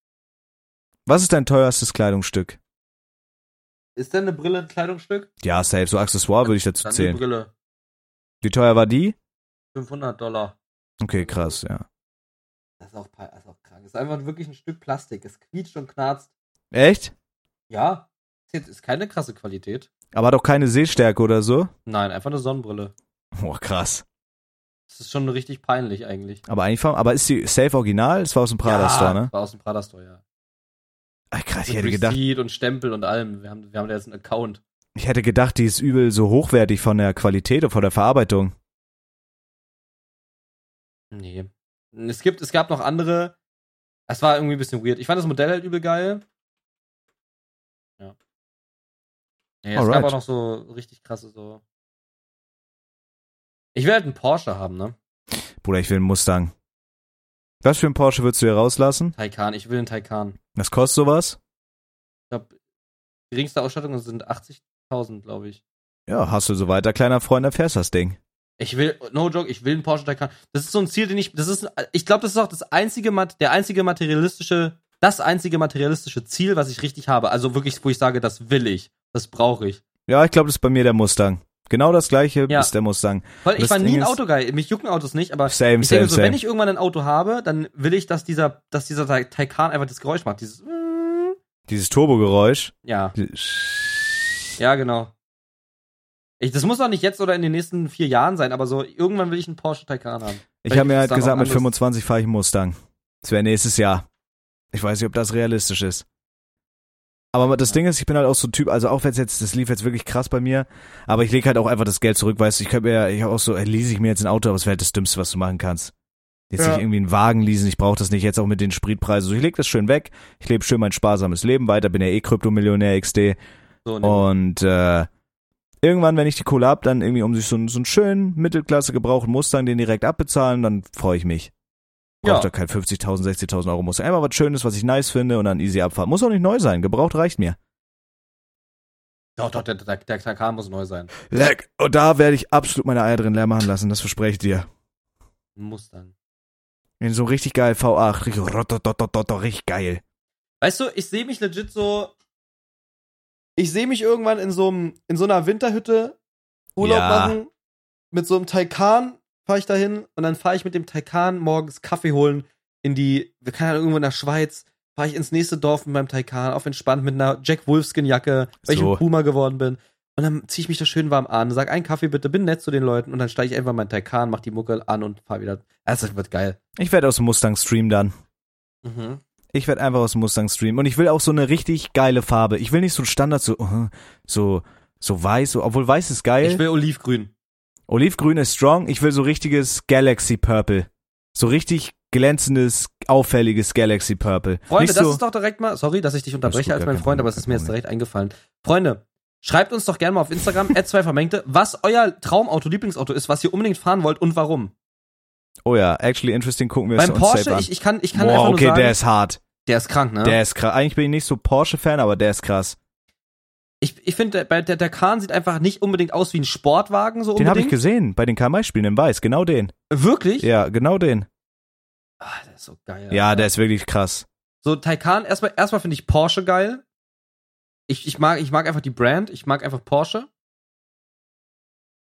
Speaker 2: Was ist dein teuerstes Kleidungsstück?
Speaker 1: Ist denn eine Brille ein Kleidungsstück?
Speaker 2: Ja, safe. So Accessoire würde ich dazu
Speaker 1: Dann
Speaker 2: zählen.
Speaker 1: die Brille.
Speaker 2: Wie teuer war die?
Speaker 1: 500 Dollar.
Speaker 2: Okay, krass, ja.
Speaker 1: Das ist auch, pe- das ist auch krank. Das ist einfach wirklich ein Stück Plastik. Es quietscht und knarzt.
Speaker 2: Echt?
Speaker 1: Ja. Ist jetzt ist keine krasse Qualität.
Speaker 2: Aber hat auch keine Sehstärke oder so?
Speaker 1: Nein, einfach eine Sonnenbrille.
Speaker 2: Boah, krass.
Speaker 1: Das ist schon richtig peinlich eigentlich.
Speaker 2: Aber eigentlich, war- aber ist die safe original? Es war aus dem Prada Store, ne?
Speaker 1: War aus dem Prada Store, ja.
Speaker 2: Ach, krass, ich
Speaker 1: Mit
Speaker 2: hätte gedacht,
Speaker 1: Receipt und Stempel und allem. Wir haben, wir haben da jetzt einen Account.
Speaker 2: ich hätte gedacht, die ist übel so hochwertig von der Qualität und von der Verarbeitung.
Speaker 1: Nee. Es gibt, es gab noch andere. Es war irgendwie ein bisschen weird. Ich fand das Modell halt übel geil. Ja. Nee, es
Speaker 2: Alright.
Speaker 1: gab auch noch so richtig krasse so. Ich will halt einen Porsche haben, ne?
Speaker 2: Bruder, ich will einen Mustang. Was für einen Porsche würdest du hier rauslassen?
Speaker 1: Taycan, ich will einen Taycan.
Speaker 2: Was kostet sowas?
Speaker 1: Ich glaube, geringste Ausstattung sind 80.000, glaube ich.
Speaker 2: Ja, hast du so weiter, kleiner Freund, dann fährst du das Ding.
Speaker 1: Ich will, no joke, ich will einen Porsche Taycan. Das ist so ein Ziel, den ich, das ist, ich glaube, das ist auch das einzige, Mat- der einzige materialistische, das einzige materialistische Ziel, was ich richtig habe. Also wirklich, wo ich sage, das will ich, das brauche ich.
Speaker 2: Ja, ich glaube, das ist bei mir der Mustang. Genau das gleiche
Speaker 1: Ja.
Speaker 2: ist der Mustang.
Speaker 1: Weil ich
Speaker 2: Das
Speaker 1: war
Speaker 2: Ding
Speaker 1: nie ein
Speaker 2: ist-
Speaker 1: Autogeil. Mich jucken Autos nicht, aber
Speaker 2: Same,
Speaker 1: ich
Speaker 2: same,
Speaker 1: denke so,
Speaker 2: same.
Speaker 1: wenn ich irgendwann ein Auto habe, dann will ich, dass dieser, dass dieser Tay- Taycan einfach das Geräusch macht. Dieses, mm,
Speaker 2: Dieses Turbogeräusch.
Speaker 1: ja, ja, genau. Ich, das muss auch nicht jetzt oder in den nächsten vier Jahren sein, aber so irgendwann will ich einen Porsche Taycan haben.
Speaker 2: Ich
Speaker 1: Vielleicht
Speaker 2: habe mir
Speaker 1: ist
Speaker 2: halt
Speaker 1: es dann
Speaker 2: gesagt,
Speaker 1: auch
Speaker 2: mit
Speaker 1: anders.
Speaker 2: 25 fahre ich einen Mustang. Das wäre nächstes Jahr. Ich weiß nicht, ob das realistisch ist. Aber das
Speaker 1: Ja.
Speaker 2: Ding ist, ich bin halt auch so ein Typ, also auch wenn jetzt, das lief jetzt wirklich krass bei mir, aber ich lege halt auch einfach das Geld zurück, weißt du, ich könnte mir, ich hab auch so, ey, lease ich mir jetzt ein Auto, aber es wäre halt das Dümmste, was du machen kannst. Jetzt
Speaker 1: Ja.
Speaker 2: nicht irgendwie einen Wagen leasen, ich brauche das nicht, jetzt auch mit den Spritpreisen, so, ich lege das schön weg, ich lebe schön mein sparsames Leben weiter, bin ja eh Kryptomillionär XD,
Speaker 1: So, ne?
Speaker 2: und äh, irgendwann, wenn ich die Kohle hab, dann irgendwie um sich so, einen- so einen schönen Mittelklasse gebrauchten Mustang, den direkt abbezahlen, dann freue ich mich.
Speaker 1: Ja.
Speaker 2: Braucht ja. da kein 50.000, 60.000 Euro Mustang. Einfach was Schönes, was ich nice finde und dann easy abfahren. Muss auch nicht neu sein. Gebraucht reicht mir.
Speaker 1: Doch, doch, der, der, der Taycan muss neu sein.
Speaker 2: Leck. Und da werde ich absolut meine Eier drin leer machen lassen. Das verspreche ich dir.
Speaker 1: Muss dann.
Speaker 2: In so richtig geil V8. Richtig, rotototototo, richtig geil.
Speaker 1: Weißt du, ich sehe mich legit so. Ich sehe mich irgendwann in so, einem, in so einer Winterhütte Urlaub
Speaker 2: Ja.
Speaker 1: machen. Mit so einem Taycan fahre ich dahin und dann fahre ich mit dem Taycan morgens Kaffee holen in die, wir keine Ahnung, irgendwo in der Schweiz. Fahre ich ins nächste Dorf mit meinem Taycan auf entspannt mit einer Jack Wolfskin Jacke, weil
Speaker 2: So.
Speaker 1: ich ein Boomer geworden bin. Und dann ziehe ich mich da schön warm an, sag einen Kaffee bitte, bin nett zu den Leuten und dann steige ich einfach in meinen Taycan, mach die Mucke an und fahr wieder. Also, Das wird geil.
Speaker 2: Ich werde aus dem Mustang streamen dann.
Speaker 1: Mhm.
Speaker 2: Ich werde einfach aus dem Mustang streamen und ich will auch so eine richtig geile Farbe. Ich will nicht so ein Standard so uh, so so weiß, so- obwohl weiß ist geil.
Speaker 1: Ich will olivgrün.
Speaker 2: Olivgrün ist strong. Ich will so richtiges Galaxy Purple. So richtig glänzendes auffälliges Galaxy Purple.
Speaker 1: Freunde,
Speaker 2: Nicht
Speaker 1: das
Speaker 2: so,
Speaker 1: ist doch direkt mal, sorry, dass ich dich
Speaker 2: Alles gut,
Speaker 1: unterbreche als
Speaker 2: gar
Speaker 1: mein
Speaker 2: kein
Speaker 1: Freund,
Speaker 2: Problem,
Speaker 1: aber es ist mir
Speaker 2: kein
Speaker 1: jetzt direkt eingefallen. Freunde, schreibt uns doch gerne mal auf Instagram, [LAUGHS] at zwei Vermengte, was euer Traumauto, Lieblingsauto ist, was ihr unbedingt fahren wollt und warum.
Speaker 2: oh ja, actually interesting gucken wir
Speaker 1: Beim
Speaker 2: es uns
Speaker 1: Porsche,
Speaker 2: safe
Speaker 1: ich, ich kann, ich
Speaker 2: an.
Speaker 1: kann
Speaker 2: Boah,
Speaker 1: einfach
Speaker 2: okay,
Speaker 1: nur sagen,
Speaker 2: der ist hart.
Speaker 1: der ist krank, ne?
Speaker 2: Der ist krass. Eigentlich bin ich nicht so Porsche-Fan, aber der ist krass.
Speaker 1: ich ich finde, der, der, der Kahn sieht einfach nicht unbedingt aus wie ein Sportwagen, so
Speaker 2: Den habe ich
Speaker 1: unbedingt.
Speaker 2: gesehen bei den KMI-Spielen in Weiß. Genau den.
Speaker 1: Wirklich?
Speaker 2: Ja, genau den.
Speaker 1: Ah, der ist so geil.
Speaker 2: Ja, der ist wirklich krass.
Speaker 1: So, Taycan, erstmal, erstmal finde ich Porsche geil. Ich, ich, mag, ich mag einfach die Brand, ich mag einfach Porsche.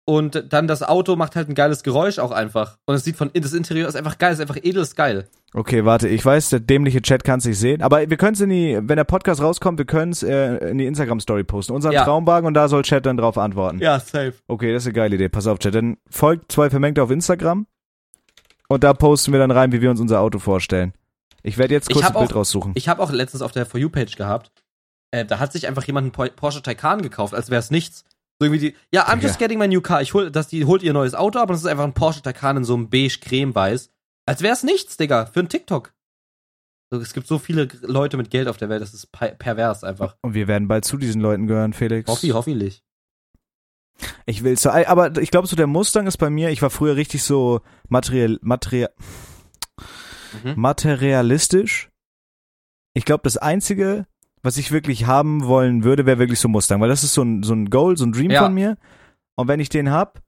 Speaker 1: Und dann das Auto macht halt ein geiles Geräusch auch einfach. Und es sieht von, das Interieur ist einfach geil, ist einfach edel, ist geil.
Speaker 2: Okay, warte, ich weiß, der dämliche Chat kann es nicht sehen, aber wir können es in die, wenn der Podcast rauskommt, wir können es äh, in die Instagram-Story posten, unseren
Speaker 1: Ja.
Speaker 2: Traumwagen und da soll Chat dann drauf antworten.
Speaker 1: Ja, safe.
Speaker 2: Okay, das ist eine geile Idee, pass auf Chat, dann folgt zwei Vermengte auf Instagram und da posten wir dann rein, wie wir uns unser Auto vorstellen. Ich werde jetzt
Speaker 1: Ich
Speaker 2: kurz
Speaker 1: hab
Speaker 2: ein Bild
Speaker 1: auch-
Speaker 2: raussuchen.
Speaker 1: Ich habe auch letztens auf der For You-Page gehabt, äh, da hat sich einfach jemand einen Por- Porsche Taycan gekauft, als wäre es nichts. So irgendwie die, ja, I'm just
Speaker 2: Ja.
Speaker 1: getting my new car. Ich hol, das, die holt ihr neues Auto, aber das ist einfach ein Porsche Taycan in so einem beige-cremeweiß. Als wäre es nichts, Digga, für einen TikTok. So, es gibt so viele G- Leute mit Geld auf der Welt, das ist pe- pervers einfach.
Speaker 2: Und wir werden bald zu diesen Leuten gehören, Felix.
Speaker 1: Hoffi, hoffentlich.
Speaker 2: Ich will zu, aber ich glaube so der Mustang ist bei mir, ich war früher richtig so materiell, materiell,
Speaker 1: Mhm.
Speaker 2: materialistisch. Ich glaube, das Einzige, was ich wirklich haben wollen würde, wäre wirklich so ein Mustang, weil das ist so ein, so ein Goal, so ein Dream
Speaker 1: Ja.
Speaker 2: von mir. Und wenn ich den hab,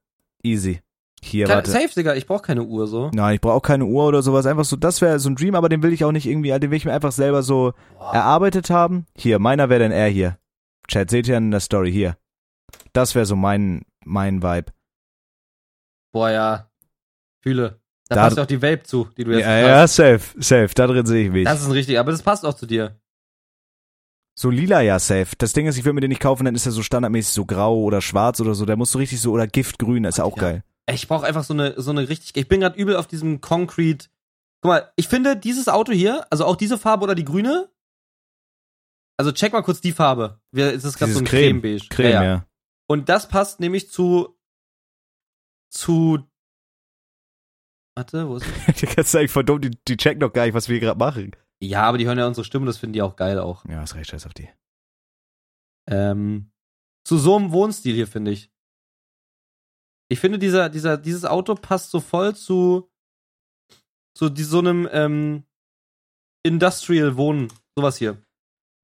Speaker 2: easy. Hier,
Speaker 1: Ke-
Speaker 2: warte.
Speaker 1: Safe, Digga, ich brauche keine Uhr so.
Speaker 2: Nein, ich brauche auch keine Uhr oder sowas. Einfach so, das wäre so ein Dream, aber den will ich auch nicht irgendwie, den will ich mir einfach selber so erarbeitet haben. Hier, meiner wäre dann er hier. Chat, seht ihr in der Story hier. Das wäre so mein, mein Vibe.
Speaker 1: Boah, ja. Fühle. Da,
Speaker 2: Da-
Speaker 1: passt ja auch die Vape zu, die du jetzt
Speaker 2: Ja,
Speaker 1: hast.
Speaker 2: ja, safe, safe. Da drin sehe ich mich.
Speaker 1: Das ist ein richtig, aber das passt auch zu dir.
Speaker 2: So lila ja safe. Das Ding ist, ich will mir den nicht kaufen, dann ist er so standardmäßig so grau oder schwarz oder so. Der muss so richtig so oder giftgrün, ist auch
Speaker 1: Ja.
Speaker 2: geil.
Speaker 1: Ey, Ich brauche einfach so eine, so eine richtig. Ich bin gerade übel auf diesem Concrete. Guck mal, ich finde dieses Auto hier, also auch diese Farbe oder die grüne. Also check mal kurz die Farbe. Wir- Es ist gerade
Speaker 2: Dieses
Speaker 1: so ein
Speaker 2: Creme.
Speaker 1: Creme-Beige.
Speaker 2: Creme, ja. [LAUGHS]
Speaker 1: Und das passt nämlich zu. zu. Warte, wo ist es?
Speaker 2: die kannst du eigentlich voll dumm, die, die checken doch gar nicht, was wir gerade machen.
Speaker 1: Ja, aber die hören ja unsere Stimme, das finden die auch geil auch.
Speaker 2: Ja, ist recht scheiß auf die.
Speaker 1: Ähm, zu so einem Wohnstil hier, finde ich. Ich finde, dieser, dieser, dieses Auto passt so voll zu, zu die, so einem ähm, Industrial Wohnen. Sowas hier.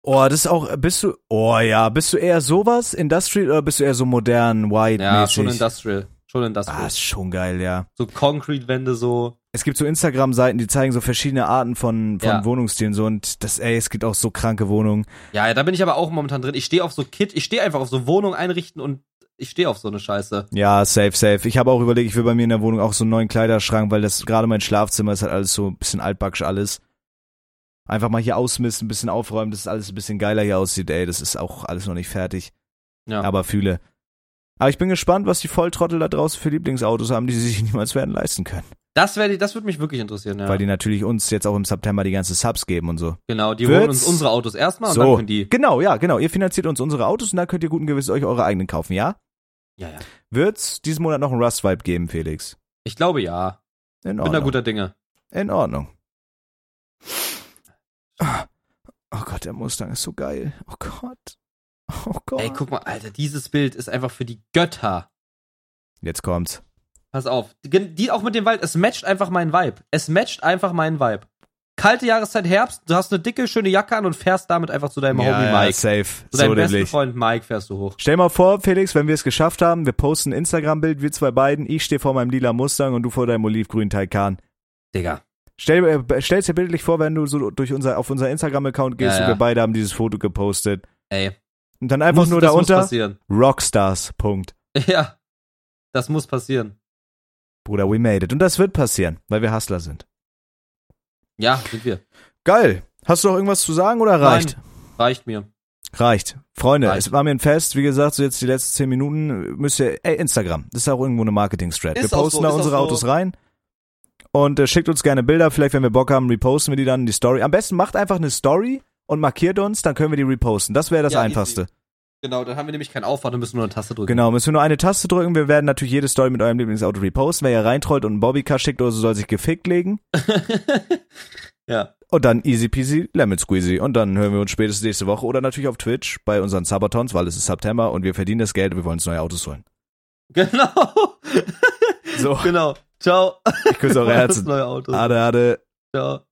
Speaker 2: Oh, das ist auch, bist du, oh ja, bist du eher sowas, industrial oder bist du eher so modern, white
Speaker 1: Ja,
Speaker 2: mäßig?
Speaker 1: schon Industrial. Schon Industrial.
Speaker 2: Ah, ist schon geil, ja.
Speaker 1: So Concrete-Wände, so.
Speaker 2: Es gibt so Instagram-Seiten, die zeigen so verschiedene Arten von, von
Speaker 1: Ja.
Speaker 2: Wohnungsstilen so und das, ey, es gibt auch so kranke Wohnungen.
Speaker 1: Ja, ja, da bin ich aber auch momentan drin. Ich stehe auf so Kit, ich stehe einfach auf so Wohnung einrichten und ich stehe auf so eine Scheiße.
Speaker 2: Ja, safe, safe. Ich habe auch überlegt, ich will bei mir in der Wohnung auch so einen neuen Kleiderschrank, weil das gerade mein Schlafzimmer ist halt alles so ein bisschen altbacksch alles. Einfach mal hier ausmisten, ein bisschen aufräumen, dass es alles ein bisschen geiler hier aussieht, ey, das ist auch alles noch nicht fertig,
Speaker 1: Ja.
Speaker 2: aber fühle. Aber ich bin gespannt, was die Volltrottel da draußen für Lieblingsautos haben, die sie sich [LAUGHS] niemals werden leisten können.
Speaker 1: das wäre, das würde mich wirklich interessieren, ja.
Speaker 2: Weil die natürlich uns jetzt auch im September die ganzen Subs geben und so.
Speaker 1: genau, die
Speaker 2: Wird's-
Speaker 1: holen uns unsere Autos erstmal und
Speaker 2: So.
Speaker 1: dann können die.
Speaker 2: Genau, ja, genau. Ihr finanziert uns unsere Autos und dann könnt ihr guten Gewissens euch eure eigenen kaufen, ja?
Speaker 1: Ja, ja.
Speaker 2: Wird's diesen Monat noch einen Rust-Vibe geben, Felix?
Speaker 1: Ich glaube ja.
Speaker 2: In
Speaker 1: Bin da
Speaker 2: Ordnung.
Speaker 1: guter Dinge.
Speaker 2: In Ordnung. Oh Gott, der Mustang ist so geil. Oh Gott. Oh Gott.
Speaker 1: Ey, guck mal, Alter, dieses Bild ist einfach für die Götter.
Speaker 2: Jetzt kommt's.
Speaker 1: Pass auf. Die, die auch mit dem Wald, es matcht einfach meinen Vibe. Es matcht einfach meinen Vibe. Kalte Jahreszeit, Herbst, du hast eine dicke, schöne Jacke an und fährst damit einfach zu deinem Homie Mike. zu
Speaker 2: safe.
Speaker 1: deinem
Speaker 2: So
Speaker 1: besten
Speaker 2: nämlich.
Speaker 1: Freund Mike fährst du hoch.
Speaker 2: Stell mal vor, Felix, wenn wir es geschafft haben, wir posten ein Instagram-Bild, wir zwei beiden, ich stehe vor meinem lila Mustang und du vor deinem olivgrünen Taycan.
Speaker 1: Digga.
Speaker 2: Stell äh, stell's dir bildlich vor, wenn du so durch unser, auf unser Instagram-Account gehst
Speaker 1: Ja,
Speaker 2: und
Speaker 1: ja.
Speaker 2: wir beide haben dieses Foto gepostet.
Speaker 1: Ey.
Speaker 2: Und dann einfach
Speaker 1: muss,
Speaker 2: nur
Speaker 1: das Muss
Speaker 2: darunter
Speaker 1: passieren. [LAUGHS]
Speaker 2: Rockstars. Punkt.
Speaker 1: Ja. Das muss passieren.
Speaker 2: Bruder, we made it. Und das wird passieren, weil wir Hustler sind.
Speaker 1: Ja, sind wir.
Speaker 2: Geil. Hast du noch irgendwas zu sagen oder reicht?
Speaker 1: Nein, reicht mir.
Speaker 2: Reicht. Freunde,
Speaker 1: Reicht.
Speaker 2: es war mir ein Fest. Wie gesagt, so jetzt die letzten zehn Minuten müsst ihr, ey, Instagram. Das ist auch irgendwo eine Marketing-Strat. Wir
Speaker 1: Ist auch
Speaker 2: posten
Speaker 1: so,
Speaker 2: da
Speaker 1: ist auch
Speaker 2: unsere
Speaker 1: so.
Speaker 2: Autos rein. Und äh, schickt uns gerne Bilder. Vielleicht, wenn wir Bock haben, reposten wir die dann in die Story. Am besten macht einfach eine Story und markiert uns, dann können wir die reposten. Das wäre das
Speaker 1: Ja, easy.
Speaker 2: Einfachste.
Speaker 1: Genau, dann haben wir nämlich keinen Aufwand und müssen nur eine Taste drücken.
Speaker 2: Genau, müssen wir nur eine Taste drücken. Wir werden natürlich jede Story mit eurem Lieblingsauto reposten. Wer hier reintrollt und einen Bobbycar schickt oder so, soll sich gefickt legen.
Speaker 1: [LAUGHS] ja.
Speaker 2: Und dann easy peasy, lemon squeezy. Und dann hören wir uns spätestens nächste Woche oder natürlich auf Twitch bei unseren Sabatons, weil es ist September und wir verdienen das Geld und wir wollen uns neue Autos holen.
Speaker 1: Genau. [LAUGHS]
Speaker 2: So,
Speaker 1: genau. Ciao.
Speaker 2: ich küsse eure
Speaker 1: Das [LAUGHS]
Speaker 2: Herzen.
Speaker 1: neue Auto.
Speaker 2: Ade, ade.
Speaker 1: Ciao.